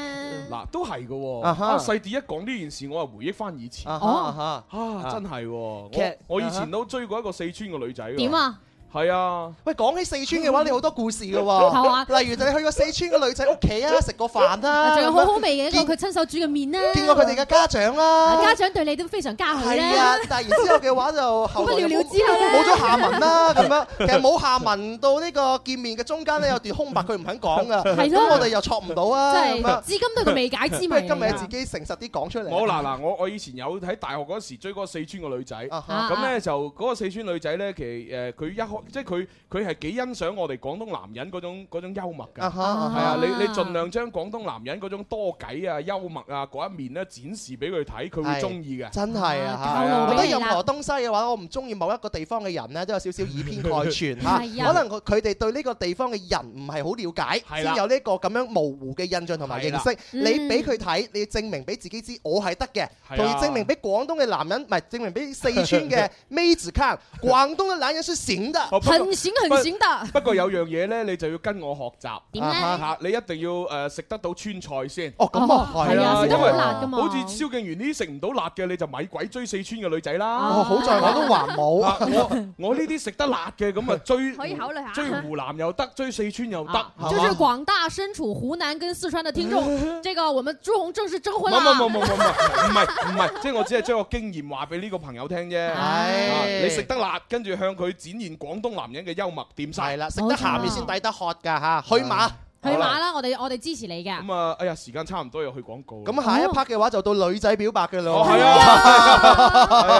Speaker 6: 嗱，都係嘅喎。
Speaker 8: 啊哈
Speaker 6: 啊，細啲一講呢件事，我又回憶翻以
Speaker 7: 哦
Speaker 6: 前。
Speaker 8: 啊哈
Speaker 6: 啊
Speaker 8: 啊，
Speaker 6: 真係喎！我
Speaker 8: 其實
Speaker 6: 我以
Speaker 8: 啊哈
Speaker 6: 前都追過一個四川嘅女仔㗎。
Speaker 7: 點啊？
Speaker 6: 係 啊。
Speaker 8: 喂，講起四川嘅話，你好多故事嘅
Speaker 7: 嗯係嘛
Speaker 8: 喎。例如就你去過四川嘅女仔屋企啊，食過飯啦，
Speaker 7: 仲有好好味嘅一個佢親手煮嘅面啦。
Speaker 8: 見過佢哋嘅家長啦。
Speaker 7: 啊家長對你都非常嘉許
Speaker 8: 係
Speaker 7: 啦
Speaker 8: 啊。，但係然之後嘅話就後來
Speaker 7: 不了了啊之啦
Speaker 8: 冇咗下文啦咁樣。其實冇下文到呢個見面嘅中間咧有段空白，佢唔肯講噶。
Speaker 7: 係咯
Speaker 8: 咁我哋又錯唔到啊。
Speaker 7: 真係
Speaker 8: 咁樣
Speaker 7: 至今都係個啊未解之謎
Speaker 8: 不如今
Speaker 7: 嚟
Speaker 8: 日
Speaker 7: 㗎
Speaker 8: 自己誠實啲講出嚟。啊
Speaker 6: 我嗱嗱，我我以前
Speaker 7: 啊
Speaker 6: 有喺大學嗰時追嗰個四川個女仔，
Speaker 8: 啊哈
Speaker 6: 咁咧就嗰個四川女仔咧，其實誒佢一開廣，即係佢佢係幾欣賞我哋廣東男人嗰種嗰種幽默㗎。係
Speaker 8: 啊哈啊哈
Speaker 6: 啊，你你盡量將廣東男人嗰種多偈啊、幽默啊嗰一面咧展示俾佢睇，佢會中意嘅。
Speaker 8: 真係啊！
Speaker 6: 透露
Speaker 8: 我
Speaker 6: 俾
Speaker 8: 覺得
Speaker 6: 你啦
Speaker 8: 任何東西嘅話，我唔中意某一個地方嘅人呢，都有少少以偏概全嚇。
Speaker 6: 係啊
Speaker 8: 可能佢佢哋對呢個地方嘅人唔係好了解，
Speaker 6: 係啦
Speaker 8: 先有呢個咁樣模糊嘅印象同埋認
Speaker 6: 係
Speaker 8: 識
Speaker 6: 啦。
Speaker 8: 你俾
Speaker 6: 嗯
Speaker 8: 佢睇，你要證明俾自己知我係得嘅，
Speaker 6: 係啊
Speaker 8: 同要證明俾廣東嘅男人，唔係證明俾四川 嘅妹子看，廣東嘅男人是行的，
Speaker 6: 哦不過很
Speaker 7: 行
Speaker 6: 很行不過有樣嘢咧，你就要跟我學 習。啊
Speaker 8: 點
Speaker 7: 啊
Speaker 8: 咧
Speaker 6: 嚇你一定要誒食得到川菜先。
Speaker 8: 哦，咁啊係
Speaker 6: 係
Speaker 8: 啊
Speaker 6: 啊，
Speaker 8: 食
Speaker 6: 因
Speaker 8: 得好
Speaker 6: 為
Speaker 8: 辣㗎嘛
Speaker 6: 好似蕭敬元呢啲食唔到辣嘅，你就咪鬼追四川嘅女仔啦。
Speaker 8: 哦好在我都還冇
Speaker 6: 啊我我呢啲食得辣嘅，咁啊 追
Speaker 7: 可以考慮下
Speaker 6: 追湖南又得，追四川又得，
Speaker 7: 就
Speaker 6: 係
Speaker 7: 是
Speaker 6: 嘛
Speaker 7: 广大身处湖南跟四川的听众，这个我们朱红正式征
Speaker 6: 冇冇冇冇冇冇，
Speaker 7: 婚啦！
Speaker 6: 唔係唔係，即係我只係將個經驗話俾呢個朋友聽 啫。
Speaker 7: 哎
Speaker 6: 啊
Speaker 8: 哎
Speaker 6: 你食得辣，跟住向佢展現廣東男人嘅幽默，掂晒。係
Speaker 8: 啦，食得鹹嘢先抵得渴㗎嚇，去馬。
Speaker 7: 去馬啦，我哋我哋支持你嘅。
Speaker 6: 咁啊，哎呀，時間差唔多，又去廣告。
Speaker 8: 咁啊哎下一 part 嘅話就到女仔表白嘅啦。
Speaker 6: 哦係啊係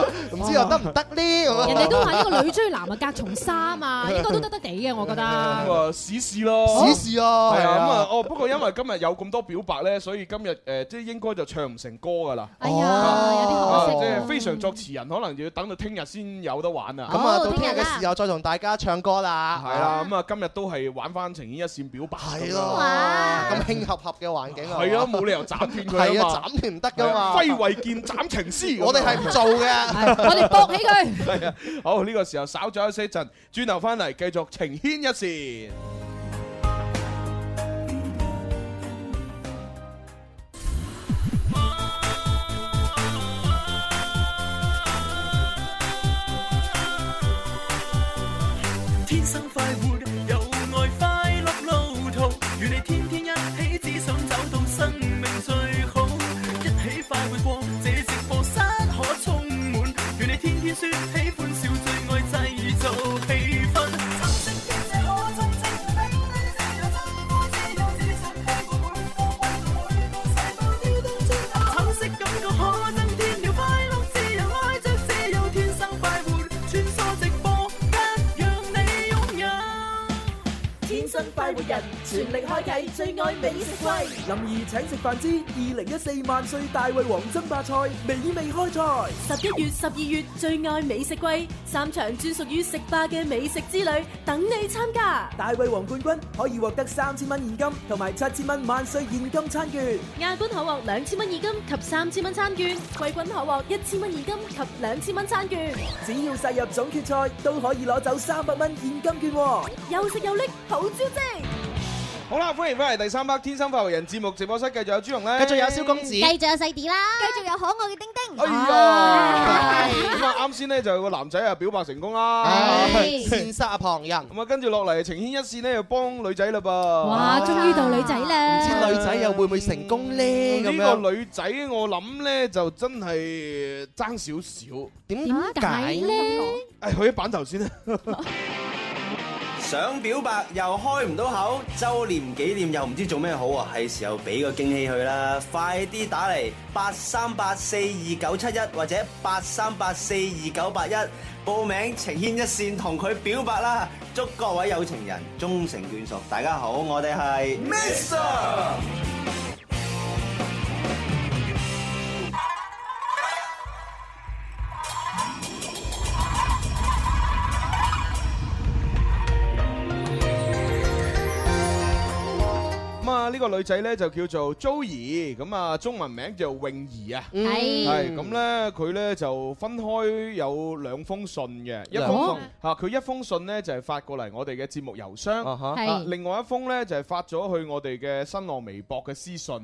Speaker 6: 啊，
Speaker 8: 唔知又得唔得呢？
Speaker 7: 人哋都話呢個女追男啊，隔重沙嘛，應該都得得地嘅，我覺
Speaker 6: 咁
Speaker 7: 得。
Speaker 6: 啊，試試咯，
Speaker 8: 試試咯
Speaker 6: 係
Speaker 8: 係
Speaker 6: 啊，
Speaker 8: 啊
Speaker 6: 咁啊，哦，不過因為今日有咁多表白咧，所以今日誒，即係應該就唱唔成歌㗎啦。
Speaker 8: 哦
Speaker 6: 啊
Speaker 7: 哎呀，有啲可惜
Speaker 6: 即。係非常作詞人，可能要等到聽日先有得玩啊。
Speaker 8: 咁啊，到聽日嘅時候再同大家唱歌啦。
Speaker 6: 係啦，咁啊，今日都係玩翻情牽一線表白。係
Speaker 8: 哇，咁興合合嘅環境啊，
Speaker 6: 係啊，冇理由斬斷佢
Speaker 8: 係
Speaker 6: 啊
Speaker 8: 啊
Speaker 6: 嘛，
Speaker 8: 斬斷唔得噶嘛，
Speaker 6: 揮慧劍斬情絲，
Speaker 8: 我哋係唔做嘅係
Speaker 7: 我哋搏起佢。
Speaker 6: 係啊，好呢個時候稍咗休息一陣，轉頭翻嚟繼續情牽一線。
Speaker 2: 天生快活，有愛快樂路途，與你天天一起，只想找到生命最好。一起快活過，這直播室可充滿，與你天天說喜歡笑，最愛製造氣氛。曾經天這可曾經冰冰這有真愛，只有只想飛過每個溫度，每個細胞跳動轉動。橙色感覺可增添了快樂，自由愛着，自由天生快活，穿梭直播間。让你拥有。
Speaker 13: 天生快活人，全力開啟最愛美食季。林兒請食飯之二零一四萬歲大胃王爭霸賽美味開賽。
Speaker 4: 十一月、十二月最愛美食季，三場專屬於食霸嘅美食之旅等你參加。
Speaker 13: 大胃王冠軍可以獲得三千蚊現金同埋七千蚊萬歲現金餐券。
Speaker 4: 亞軍可獲兩千蚊現金及三千蚊餐券，季軍可獲一千蚊現金及兩千蚊餐券。
Speaker 13: 只要殺入總決賽，都可以攞走三百蚊現金券喎。
Speaker 4: 又食又力，好招積！
Speaker 6: 好啦，歡迎翻嚟第三 part《天生快活人》節目直播室，繼續有朱紅咧，
Speaker 8: 繼續有蕭公子
Speaker 10: 繼續有細啲啦，繼續有可愛嘅丁丁。哎
Speaker 6: 呀，咁啊，啱先咧就有個男仔啊表白成功啦，
Speaker 8: 係羨殺旁人。
Speaker 6: 咁啊，跟住落嚟情牽一線咧，又幫女仔啦噃。
Speaker 7: 哇，終於到女仔啦！
Speaker 8: 唔知女仔又會唔會成功呢？咁
Speaker 6: 呢
Speaker 8: 樣
Speaker 6: 個女仔我諗咧就真係爭少少，
Speaker 8: 點
Speaker 6: 解呢？誒，去一版頭先啦。
Speaker 14: 想表白又開唔到口，周年紀念又唔知做咩好啊！係時候俾個驚喜佢啦，快啲打嚟八三八四二九七一或者八三八四二九八一報名情牽一線同佢表白啦！祝各位有情人終成眷屬！大家好，我哋係
Speaker 2: Mr.
Speaker 6: 咁啊，呢個女仔咧就叫做 Joey，咁啊中文名叫泳兒啊，
Speaker 2: 嗯係
Speaker 6: 係咁咧，佢咧就分開有兩封信嘅，一
Speaker 2: 兩
Speaker 6: 封
Speaker 2: 封
Speaker 6: 信嚇佢一封信咧就係發過嚟我哋嘅節目郵箱，
Speaker 7: 哦
Speaker 2: 哈
Speaker 6: 啊
Speaker 2: 係
Speaker 6: 另外一封咧就係發咗去我哋嘅新浪微博嘅私信，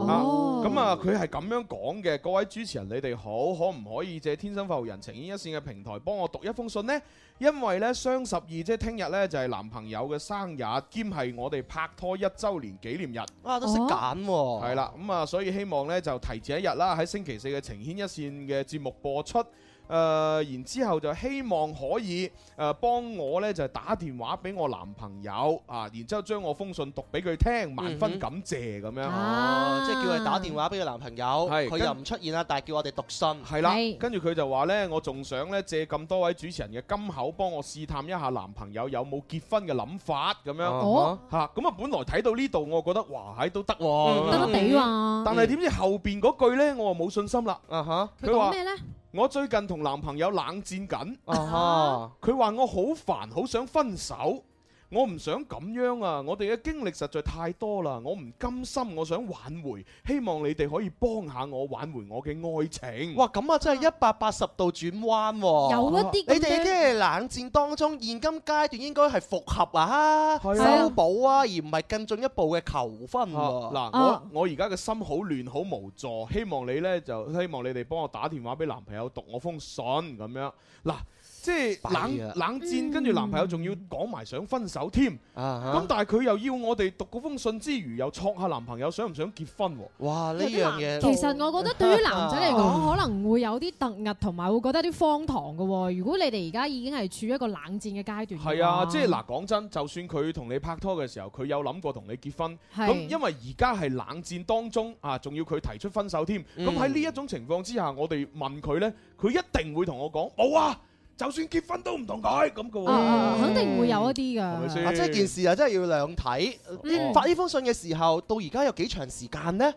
Speaker 6: 啊
Speaker 2: 哦
Speaker 6: 咁啊佢係咁樣講嘅，各位主持人你哋好，可唔可以借天生發號人情牽一線嘅平台幫我讀一封信呢？因為咧雙十二即係聽日咧就係男朋友嘅生日，兼係我哋拍拖一週年紀念日。
Speaker 8: 啊都識揀喎。
Speaker 6: 係啦，咁啊，所以希望呢就提前一日啦，喺星期四嘅情牽一線嘅節目播出。然之後就希望可以誒、呃、幫我呢，就打電話俾我男朋友啊，然之後將我封信讀俾佢聽，萬分感謝咁樣。
Speaker 7: 啊
Speaker 8: 哦，即係叫佢打電話俾佢男朋友，
Speaker 6: 啊係
Speaker 8: 佢又
Speaker 6: 跟
Speaker 8: 唔出現啦，但係叫我哋讀信。
Speaker 6: 係啦，跟住佢就話呢，我仲想呢借咁多位主持人嘅金口，幫我試探一下男朋友有冇結婚嘅諗法咁樣。
Speaker 8: 哦
Speaker 6: 嚇咁啊！本來睇到呢度，我覺得哇，喺都得喎，
Speaker 8: 嗯得得地
Speaker 7: 喎
Speaker 6: 但係點知後邊嗰句呢，我啊冇信心啦。
Speaker 8: 啊哈，
Speaker 7: 佢講咩呢？
Speaker 6: 我最近同男朋友冷戰緊。
Speaker 8: 啊
Speaker 6: 佢話我好煩，好想分手。我唔想咁樣啊！我哋嘅經歷實在太多啦，我唔甘心，我想挽回，希望你哋可以幫下我挽回我嘅愛情。
Speaker 8: 哇，咁啊真係一百八十度轉彎喎！
Speaker 6: 有一啲咁
Speaker 8: 你哋已經係冷戰當中，現今階段應該係復合啊、修補啊，而唔係更進一步嘅求婚喎。
Speaker 6: 啊嗱，我我而家嘅心好亂，好無助，希望你呢，就希望你哋幫我打電話俾男朋友讀我封信咁樣。嗱，即係冷
Speaker 8: 弊啊
Speaker 6: 冷戰，跟住男朋友仲要講埋想分手添。咁、
Speaker 8: 啊
Speaker 6: 但係佢又要我哋讀嗰封信之餘，又戳下男朋友想唔想結婚喎？
Speaker 8: 哇！呢
Speaker 7: 有啲難度其實我覺得對於男仔嚟講，可能會有啲突兀，同埋會覺得啲荒唐嘅喎。如果你哋而家已經係處於一個冷戰嘅階段嘅話，
Speaker 6: 係啊，即係嗱，講真，就算佢同你拍拖嘅時候，佢有諗過同你結婚，
Speaker 7: 係
Speaker 6: 咁因為而家係冷戰當中啊，仲要佢提出分手添，咁喺呢一種情況之下，我哋問佢呢，佢一定會同我講冇啊，就算結婚都唔同佢咁嘅
Speaker 7: 啊啊
Speaker 6: 喎，
Speaker 7: 肯定會有一啲㗎。
Speaker 6: 咪先
Speaker 8: 啊，即係件事啊，真係要兩睇。
Speaker 6: 嗯
Speaker 8: 發呢封信嘅時候，到而家有幾長時間呢？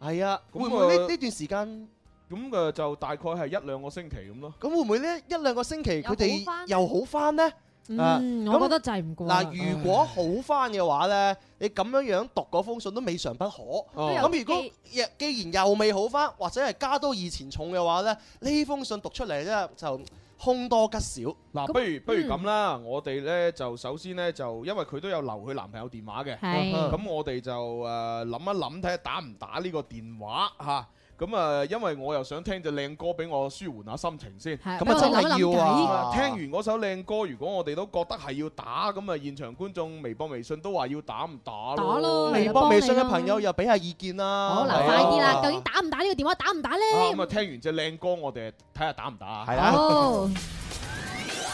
Speaker 8: 係啊，
Speaker 6: 咁
Speaker 8: 會唔會呢
Speaker 6: 啊
Speaker 8: 呢段時間？
Speaker 6: 咁誒就大概係一兩個星期咁咯。
Speaker 8: 咁會唔會呢一兩個星期佢
Speaker 6: 又好
Speaker 8: 哋
Speaker 6: 返
Speaker 8: 又好翻呢？啊
Speaker 7: 嗯，
Speaker 8: 咁
Speaker 7: 我覺得就係唔過啦。
Speaker 8: 嗱，如果好翻嘅話呢，你咁樣樣讀嗰封信都未嘗不可。
Speaker 7: 哦
Speaker 8: 咁如果若既然又未好翻，或者係加多以前重嘅話呢，呢封信讀出嚟呢，就凶多吉少。
Speaker 6: 嗱，不如不如咁嗯啦，我哋呢就首先呢，就因為佢都有留佢男朋友電話嘅，
Speaker 8: 係
Speaker 6: 咁我哋就誒諗一諗睇下打唔打呢個電話嚇。咁啊，因為我又想聽隻靚歌俾我舒緩下心情先，
Speaker 8: 係咁啊真係要啊
Speaker 6: 聽完嗰首靚歌，如果我哋都覺得係要打，咁啊現場觀眾微博、微信都話要打唔打咯？
Speaker 7: 啊
Speaker 6: 啊
Speaker 8: 微博、微信嘅朋友又俾下意見啦。
Speaker 7: 好嗱，
Speaker 6: 係啊
Speaker 7: 快啲啦！究竟打唔打呢個電話？打唔打
Speaker 6: 啊
Speaker 7: 咧？
Speaker 6: 咁啊，聽完隻靚歌，我哋睇下打唔打啊？
Speaker 5: 係
Speaker 6: 啊。
Speaker 7: 好。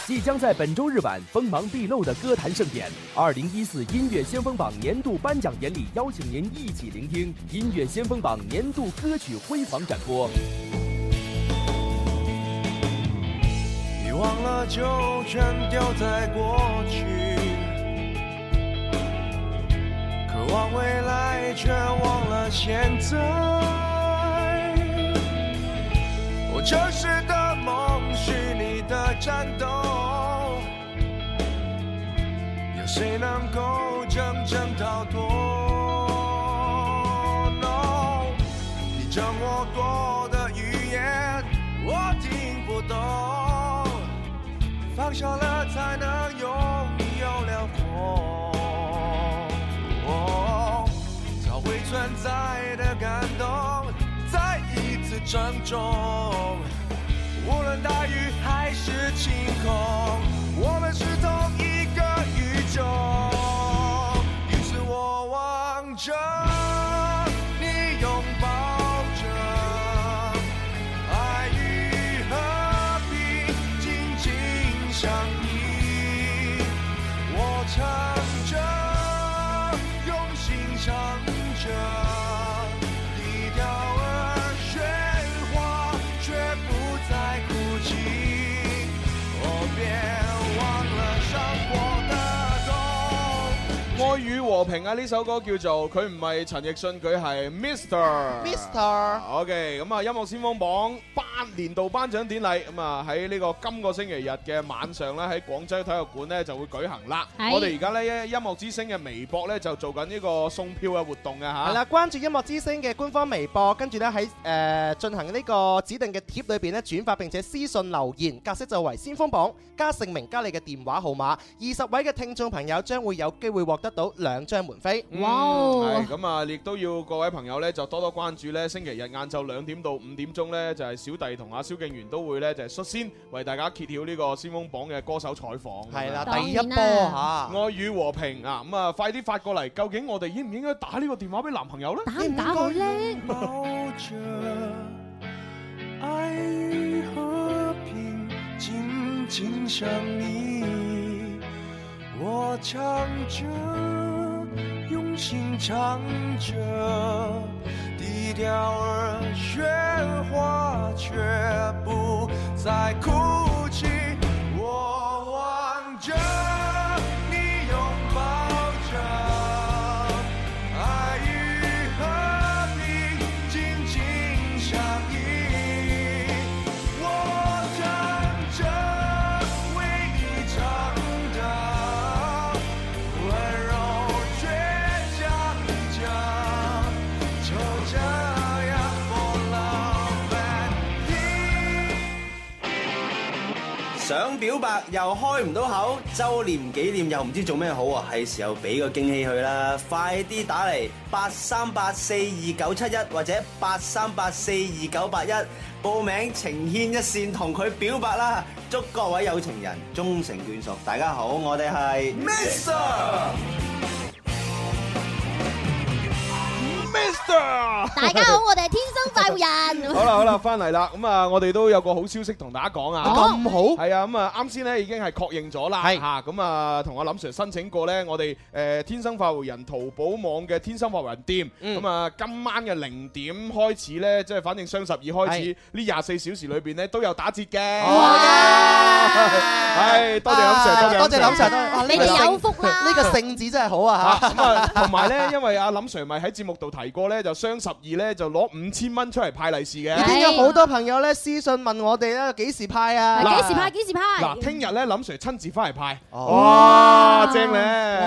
Speaker 5: 即将在本周日晚锋芒毕露的歌坛盛典，二零一四音乐先锋榜年度颁奖典礼邀请您一起聆听音乐先锋榜年度歌曲辉煌展播。
Speaker 3: 你忘了就全丢在过去，渴望未来却忘了现在。我这时的梦是你的战斗，有谁能够真正逃脱？No，你掌我多的语言我听不懂，放手了才能拥有辽阔，找回存在的感动，再一次郑重。无论大雨还是晴空，我们是同一个宇宙。于是我望着你，拥抱着爱与和平，紧紧相依。我唱着，用心唱着。低调而喧哗，却不再哭泣。哦，别忘了伤过的痛。
Speaker 6: 愛與和平啊！呢首歌叫做佢唔係陳奕迅，佢係 Mr.
Speaker 8: Mr.
Speaker 6: OK，咁啊，音樂先鋒榜八年度頒獎典禮咁啊，喺呢個今個星期日嘅晚上咧，喺廣州體育館咧就會舉行啦。
Speaker 8: 係
Speaker 6: 我哋而家咧音樂之星嘅微博咧就做緊呢個送票嘅活動嘅嚇。
Speaker 8: 係啦，關注音樂之星嘅官方微博，跟住咧喺誒進行呢個指定嘅貼裏邊咧轉發並且私信留言，格式就為先鋒榜加姓名加你嘅電話號碼，二十位嘅聽眾朋友將會有機會獲得到兩張門飛。
Speaker 6: 係咁啊，亦都要各位朋友咧就多多關注咧。星期日晏晝兩點到五點鐘咧，就係小弟同阿蕭敬元都會咧就係率先為大家揭曉呢個先鋒榜嘅歌手採訪。
Speaker 8: 係啦
Speaker 6: 咁樣
Speaker 8: 第一波嚇
Speaker 6: 愛與和平啊！咁啊，快啲發過嚟，究竟我哋應唔應該打呢個電話俾男朋友咧？打
Speaker 7: 唔打好咧？
Speaker 3: 抱着爱与和平，紧想你，我唱着，用心唱着，低调而喧哗，却不再哭泣。我望着你拥抱着。爱与和平紧紧相依，我唱着为你唱的，温柔倔强着，就这样 for love and peace。
Speaker 14: 想表白又開唔到口，周年紀念又唔知做咩好啊！係時候俾個驚喜佢啦，快啲打嚟八三八四二九七一或者八三八四二九八一報名情牽一線，同佢表白啦！祝各位有情人終成眷屬。大家好，我哋係
Speaker 3: Mr.
Speaker 6: Mr.
Speaker 10: 大家好，我哋係天生快活人。
Speaker 6: 好啦好啦，翻嚟啦，咁啊，我哋都有個好消息同大家講啊，
Speaker 10: 哦
Speaker 6: 咁好，係啊，咁啊，啱先咧已經係確認咗啦，嚇，咁啊，同阿林 Sir 申請過咧，我哋誒天生快活人淘寶網嘅天生快活人店，咁啊，今晚嘅零點開始咧，即係反正雙十二開始，呢廿四小時裏邊咧都有打折嘅，
Speaker 7: Ờ,
Speaker 6: 係多謝林 Sir，多謝係啦
Speaker 8: 多謝林 Sir，多謝哇呢個聖呢個聖旨真係好啊嚇
Speaker 6: 咁啊，同埋咧，因為阿林 Sir 咪喺節目度提過咧，就雙十二咧就攞五千蚊出嚟派利 是嘅。
Speaker 8: 已經有好多朋友咧私信問我哋咧幾時派啊？
Speaker 6: 嗱幾時派
Speaker 7: 幾時
Speaker 6: 嗱，聽日咧林 Sir 親自翻嚟派，
Speaker 8: 哦
Speaker 6: 哇，正咧！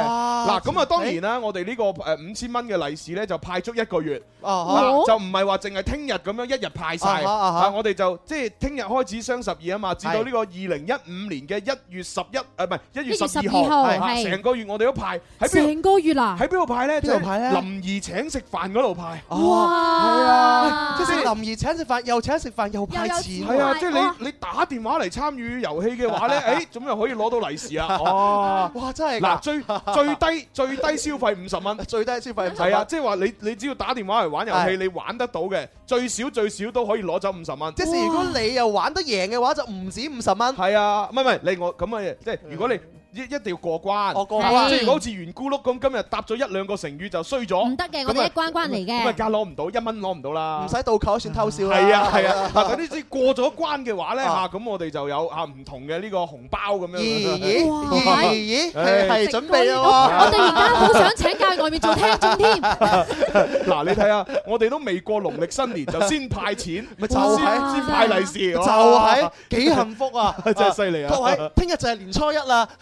Speaker 6: 嗱，咁啊當然啦，我哋呢個呃誒五千蚊嘅利是咧就派足一個月，
Speaker 8: 哦
Speaker 6: 嗱就唔係話淨係聽日咁樣一日派
Speaker 8: 啊
Speaker 6: 晒，
Speaker 8: 哈啊哈
Speaker 6: 啊我哋就即係聽日開始雙十二啊嘛，至到呢個二零一五年嘅一月十一誒唔係一月十二號，
Speaker 7: 1月12號
Speaker 6: 啊
Speaker 7: 係
Speaker 6: 成個月我哋都派喺邊度
Speaker 7: 成個月啦，
Speaker 6: 喺邊度派咧？
Speaker 7: 邊度派咧
Speaker 6: 就係林兒請食飯嗰度派。
Speaker 8: 係啊，即
Speaker 6: 即
Speaker 8: 係
Speaker 6: 哦係
Speaker 8: 林兒請食飯，又請食飯，又派錢喎。
Speaker 6: 係啊，即係你你打電話嚟參與遊戲嘅話 咧，誒，咁又可以攞到利是啊！哦，
Speaker 8: 哇，真係㗎
Speaker 6: 嗱，最最低最低消費五十 蚊，
Speaker 8: 最低消費五十
Speaker 6: 係啊，即係話你你只要打電話嚟玩遊
Speaker 8: 係
Speaker 6: 戲，你玩得到嘅最少最少都可以攞走五十蚊。
Speaker 8: 即係如果你又玩得贏嘅話，就唔止五十蚊。
Speaker 6: 係啊，唔係唔係，你我咁啊，即係如果你。一一定要過關，
Speaker 8: 嗯哦過關
Speaker 6: 即係如果好似圓咕碌咁，今日答咗一兩個成語就衰
Speaker 8: 嗯
Speaker 6: 咗，唔
Speaker 7: 得嘅我哋一關關嚟嘅
Speaker 6: 咁啊梗係攞唔到，一蚊攞唔到啦，
Speaker 8: 唔使倒扣算偷笑啦。
Speaker 6: 係啊係啊， 嗱，等啲即係過咗關嘅話咧
Speaker 8: 啊
Speaker 6: 嚇，咁我哋就有啊唔同嘅呢個紅包咁樣。
Speaker 8: 咦咦
Speaker 6: 哇
Speaker 8: 咦咦
Speaker 6: 唉
Speaker 8: 係準
Speaker 6: 啊
Speaker 8: 備
Speaker 7: 我
Speaker 8: 啦
Speaker 7: 我突然間好想請教外面做聽眾 添，
Speaker 6: 嗱，你睇下，我哋都未過農曆新年就先派錢，咪
Speaker 8: 就係
Speaker 6: 先派利是，
Speaker 8: 就
Speaker 6: 哇！
Speaker 8: 係幾幸福啊
Speaker 6: 真係犀利啊
Speaker 8: 各位，聽日就係年初一啦，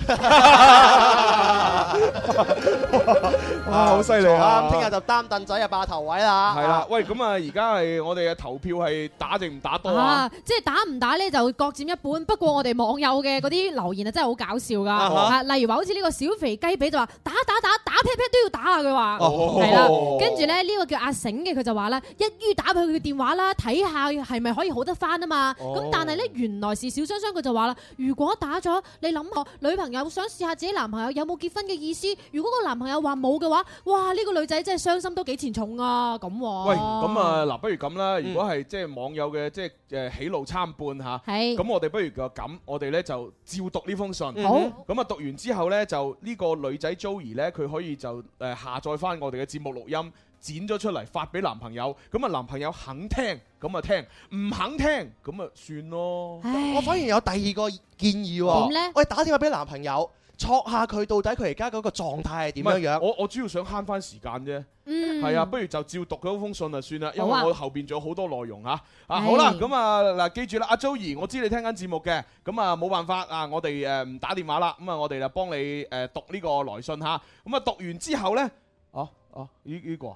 Speaker 6: 哇，好犀利啊！
Speaker 8: 啱，聽日就擔凳仔啊，霸頭位啦。
Speaker 6: 係啦，喂，咁啊，而家係我哋嘅投票係打定唔打多啊
Speaker 7: 啊？，即係打唔打咧就各佔一半。不過我哋網友嘅嗰啲留言啊，真係好搞笑噶。
Speaker 6: 啊哈
Speaker 7: 啊，例如話好似呢個小肥雞髀就話打打打打 pat pat 都要打啊，佢話
Speaker 6: 哦
Speaker 7: 係啦。跟住咧呢個叫阿醒嘅佢就話啦，一於打去佢電話啦，睇下係咪可以好得翻啊嘛。
Speaker 6: 哦
Speaker 7: 咁但係咧原來是小雙雙佢就話啦，如果打咗，你諗下女朋友想試下自己男朋友有冇結婚嘅意思，如果個男朋友話冇嘅話，哇呢個女仔真係傷心都幾沉重啊咁喎。
Speaker 6: 喂，
Speaker 8: 哦
Speaker 6: 咁啊，嗱，不如咁啦，如果係即係網友嘅即係誒喜怒參半嚇，
Speaker 8: 嗯
Speaker 7: 係
Speaker 6: 咁我哋不如就咁，我哋咧就照讀呢封信。
Speaker 7: 好
Speaker 6: 咁啊讀完之後咧，就呢個女仔 Joey 咧，佢可以就誒下載翻我哋嘅節目錄音。剪咗出嚟發俾男朋友，咁啊男朋友肯聽，咁啊聽；唔肯聽，咁啊算咯。
Speaker 8: 我反而有第二個建議喎。
Speaker 6: 點呢
Speaker 8: 我哋打電話俾男朋友，戳下佢到底佢而家嗰個狀態係點樣樣。
Speaker 6: 我我主要想慳翻時間啫。
Speaker 7: 嗯
Speaker 6: 係啊，不如就照讀嗰封信就算啦，因為
Speaker 8: 好啊
Speaker 6: 我後邊仲有好多內容嚇。啊，
Speaker 8: 係
Speaker 6: 好啦，咁啊嗱，記住啦，阿 Joey，我知你聽緊節目嘅，咁啊冇辦法啊，我哋誒唔打電話啦，咁啊我哋就幫你誒讀呢個來信嚇。咁啊讀完之後咧，哦哦，呢呢個啊，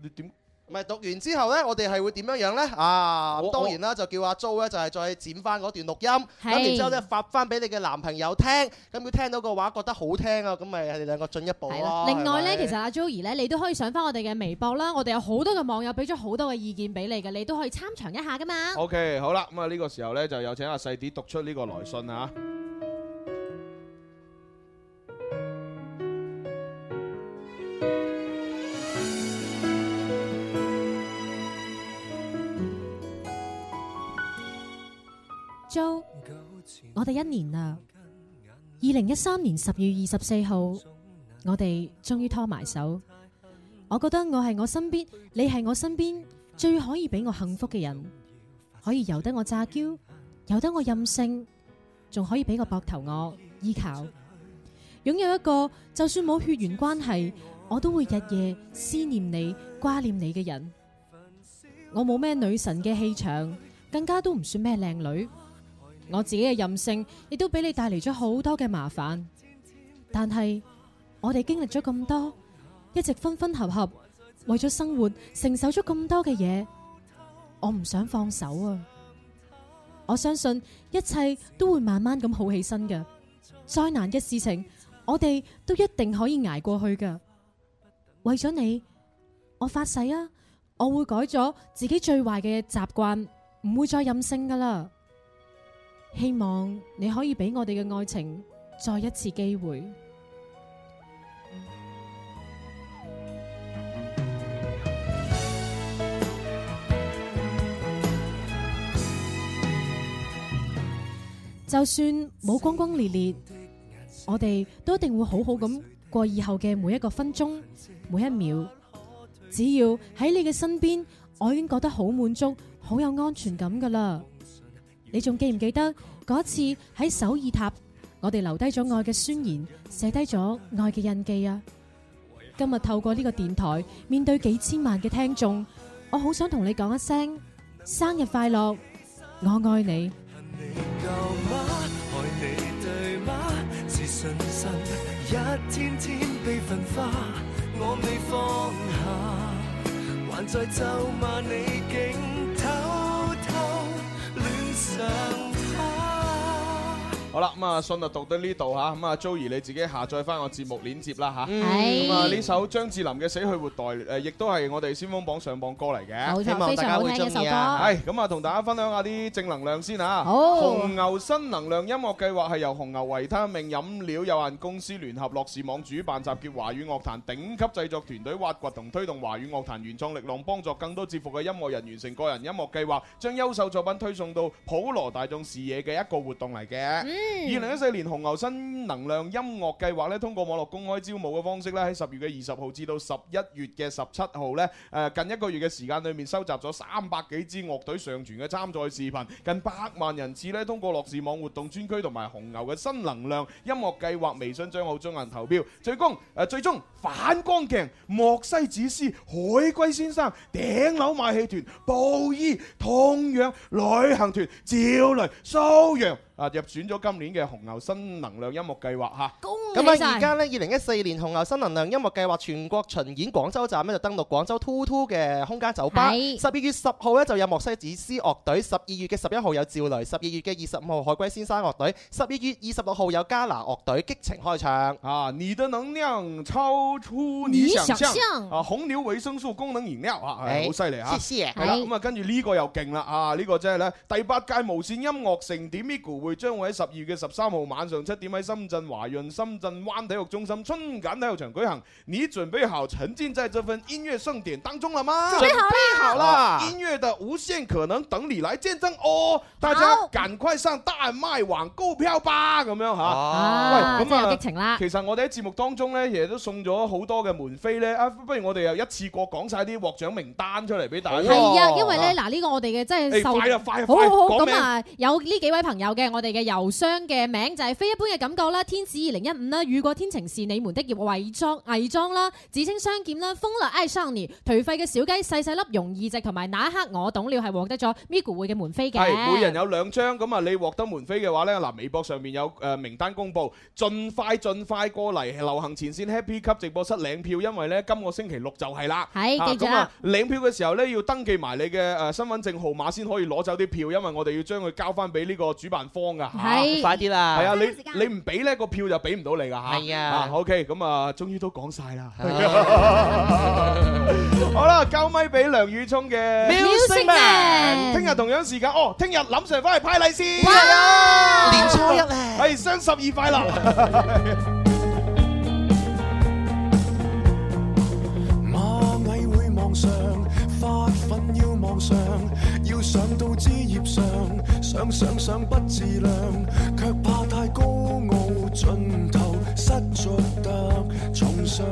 Speaker 6: 你點？
Speaker 8: 唔係讀完之後呢，我哋係會點樣樣呢？啊，
Speaker 6: 我
Speaker 8: 咁當然啦，就叫阿 Jo 咧，就係再剪翻嗰段錄音，
Speaker 7: 係
Speaker 8: 咁然之後呢，發翻俾你嘅男朋友聽，咁佢聽到嘅話覺得好聽啊，咁咪你兩個進一步
Speaker 7: 係啦
Speaker 8: 咯。
Speaker 7: 另外
Speaker 8: 係
Speaker 7: 咧，
Speaker 8: 咪
Speaker 7: 其實阿 Joey 咧，你都可以上翻我哋嘅微博啦，我哋有好多嘅網友俾咗好多嘅意見俾你嘅，你都可以參詳一下噶嘛。
Speaker 6: OK，好啦，咁啊呢個時候咧就有請阿細啲讀出呢個來信啊。
Speaker 7: Jo，我哋一年啦。二零一三年十月二十四號，我哋終於拖埋手。我覺得我係我身邊，你係我身邊最可以俾我幸福嘅人，可以由得我詐嬌，由得我任性，仲可以俾個膊頭我依靠。擁有一個就算冇血緣關係，我都會日夜思念你、掛念你嘅人。我冇咩女神嘅氣場，更加都唔算咩靚女。我自己嘅任性，亦都俾你帶嚟咗好多嘅麻煩。但係我哋經歷咗咁多，一直分分合合，為咗生活承受咗咁多嘅嘢，我唔想放手啊！我相信一切都會慢慢咁好起身嘅。災難嘅事情，我哋都一定可以捱過去嘅。為咗你，我發誓啊，我會改咗自己最壞嘅習慣，唔會再任性噶啦。希望你可以俾我哋嘅愛情再一次機會。就算冇轟轟烈烈，我哋都一定會好好咁過以後嘅每一個分鐘、每一秒。只要喺你嘅身邊，我已經覺得好滿足、好有安全感噶啦。你仲記唔記得嗰次喺首爾塔，我哋留低咗愛嘅宣言，寫低咗愛嘅印記啊！今日透過呢個電台，面對幾千萬嘅聽眾，我好想同你講一聲生日快樂，我愛你。
Speaker 3: 夠嗎？愛你對嗎？自信心一天天被焚化，我未放下，還在咒罵你，竟偷偷戀上他。
Speaker 6: 好啦，咁啊，信啊讀到呢度吓，咁啊，Joey 你自己下載翻我節目鏈接啦吓。
Speaker 7: 係
Speaker 6: 咁啊，呢首張智霖嘅《死去活來》誒，亦都係我哋先鋒榜上榜歌嚟嘅，
Speaker 7: 冇錯希望大家會非常好聽嘅一首歌中意啊
Speaker 6: 係咁啊，同大家分享下啲正能量先吓。
Speaker 7: 好
Speaker 6: 紅牛新能量音樂計劃係由紅牛維他命飲料有限公司聯合樂視網主辦，集結華語樂壇頂級製作團隊，挖掘同推動華語樂壇原創力量，幫助更多接服嘅音樂人完成個人音樂計劃，將優秀作品推送到普羅大眾視野嘅一個活動嚟嘅。二零一四年紅牛新能量音樂計劃咧，通過網絡公開招募嘅方式咧，喺十月嘅二十號至到十一月嘅十七號咧，誒、近一個月嘅時間裏面收集咗三百幾支樂隊上傳嘅參賽視頻，近百萬人次咧通過樂視網活動專區同埋紅牛嘅新能量音樂計劃微信帳號進行投票，最終誒、最終反光鏡、莫西子詩、海龜先生、頂樓馬戲團、布衣、痛仰、旅行團、趙雷、蘇陽。啊！入選咗今年嘅紅牛新能量音樂計劃嚇，
Speaker 8: 咁啊，而家呢，二零一四年紅牛新能量音樂計劃全國巡演廣州站呢，就登陸廣州 Two Two 嘅空間酒吧。
Speaker 7: 係
Speaker 8: 十二月十號呢，就有莫西子詩樂隊，十二月嘅十一號有趙雷，十二月嘅二十五號海龜先生樂隊，十二月二十六號有加拿樂隊激情開唱。
Speaker 6: 啊！你的能量超出你想象啊！紅牛維生素功能飲料啊，係
Speaker 8: 哎
Speaker 6: 好犀利嚇，
Speaker 8: 謝謝
Speaker 6: 係啦，
Speaker 8: 係
Speaker 6: 咁啊跟住呢個又勁啦啊！呢個真係咧，第八屆無線音樂盛典 Migu 會將會喺十二月十三號晚上七點喺深圳華潤深圳灣體育中心春繭體育場舉行。你準備好沉浸在這份音樂盛典當中了嗎？
Speaker 8: 準備好啦
Speaker 6: 音樂的無限可能等你來見證哦！大家趕快上大麥網購票吧，咁樣嚇。
Speaker 7: 啊
Speaker 6: 喂，
Speaker 7: 即
Speaker 6: 咁
Speaker 7: 係有
Speaker 6: 啊，
Speaker 7: 激情啦
Speaker 6: 其實我哋喺節目當中咧，亦都送咗好多嘅門飛咧。啊，不如我哋又一次過講晒啲獲獎名單出嚟俾大家。
Speaker 7: 係啊，因為咧嗱，呢個我哋嘅真係
Speaker 6: 誒
Speaker 7: 受
Speaker 6: 快啦快啦
Speaker 7: 好
Speaker 6: 快
Speaker 7: 好好
Speaker 6: 講
Speaker 7: 咁啊，有呢幾位朋友嘅，我哋嘅郵箱嘅名就係非一般嘅感覺啦，天使二零一五啦，雨過天晴是你們的葉偽裝偽裝啦，紫青相劍啦，風來愛上你，頹廢嘅小雞細細粒容易直同埋那一刻我懂了係獲得咗 Migu 會嘅門飛嘅，
Speaker 6: 係每人有兩張，咁啊你獲得門飛嘅話呢，嗱微博上面有誒名單公佈，盡快盡快過嚟流行前線 Happy 級直播室領票，因為呢今個星期六就係啦。
Speaker 7: 係
Speaker 6: 啊
Speaker 7: 記住
Speaker 6: 咁
Speaker 7: 啦
Speaker 6: 啊領票嘅時候呢，要登記埋你嘅誒身份證號碼先可以攞走啲票，因為我哋要將佢交翻俾呢個主辦方㗎。嚇
Speaker 8: 係快啲啦
Speaker 6: 係啊，你你唔俾呢個票就俾唔到你㗎嚇。係啊，OK，咁啊，終於都講晒啦。 好啦，交咪俾梁宇聰嘅
Speaker 8: Music Man
Speaker 6: 聽日同樣時間，哦，聽日林 Sir 翻嚟派利是，
Speaker 8: 哇年初一咧，
Speaker 6: 係雙十二快樂。
Speaker 3: 蚂蚁會望上，發奮要望上，要上到枝葉上，想想想想不自量，卻怕太高傲，盡頭失足得重傷。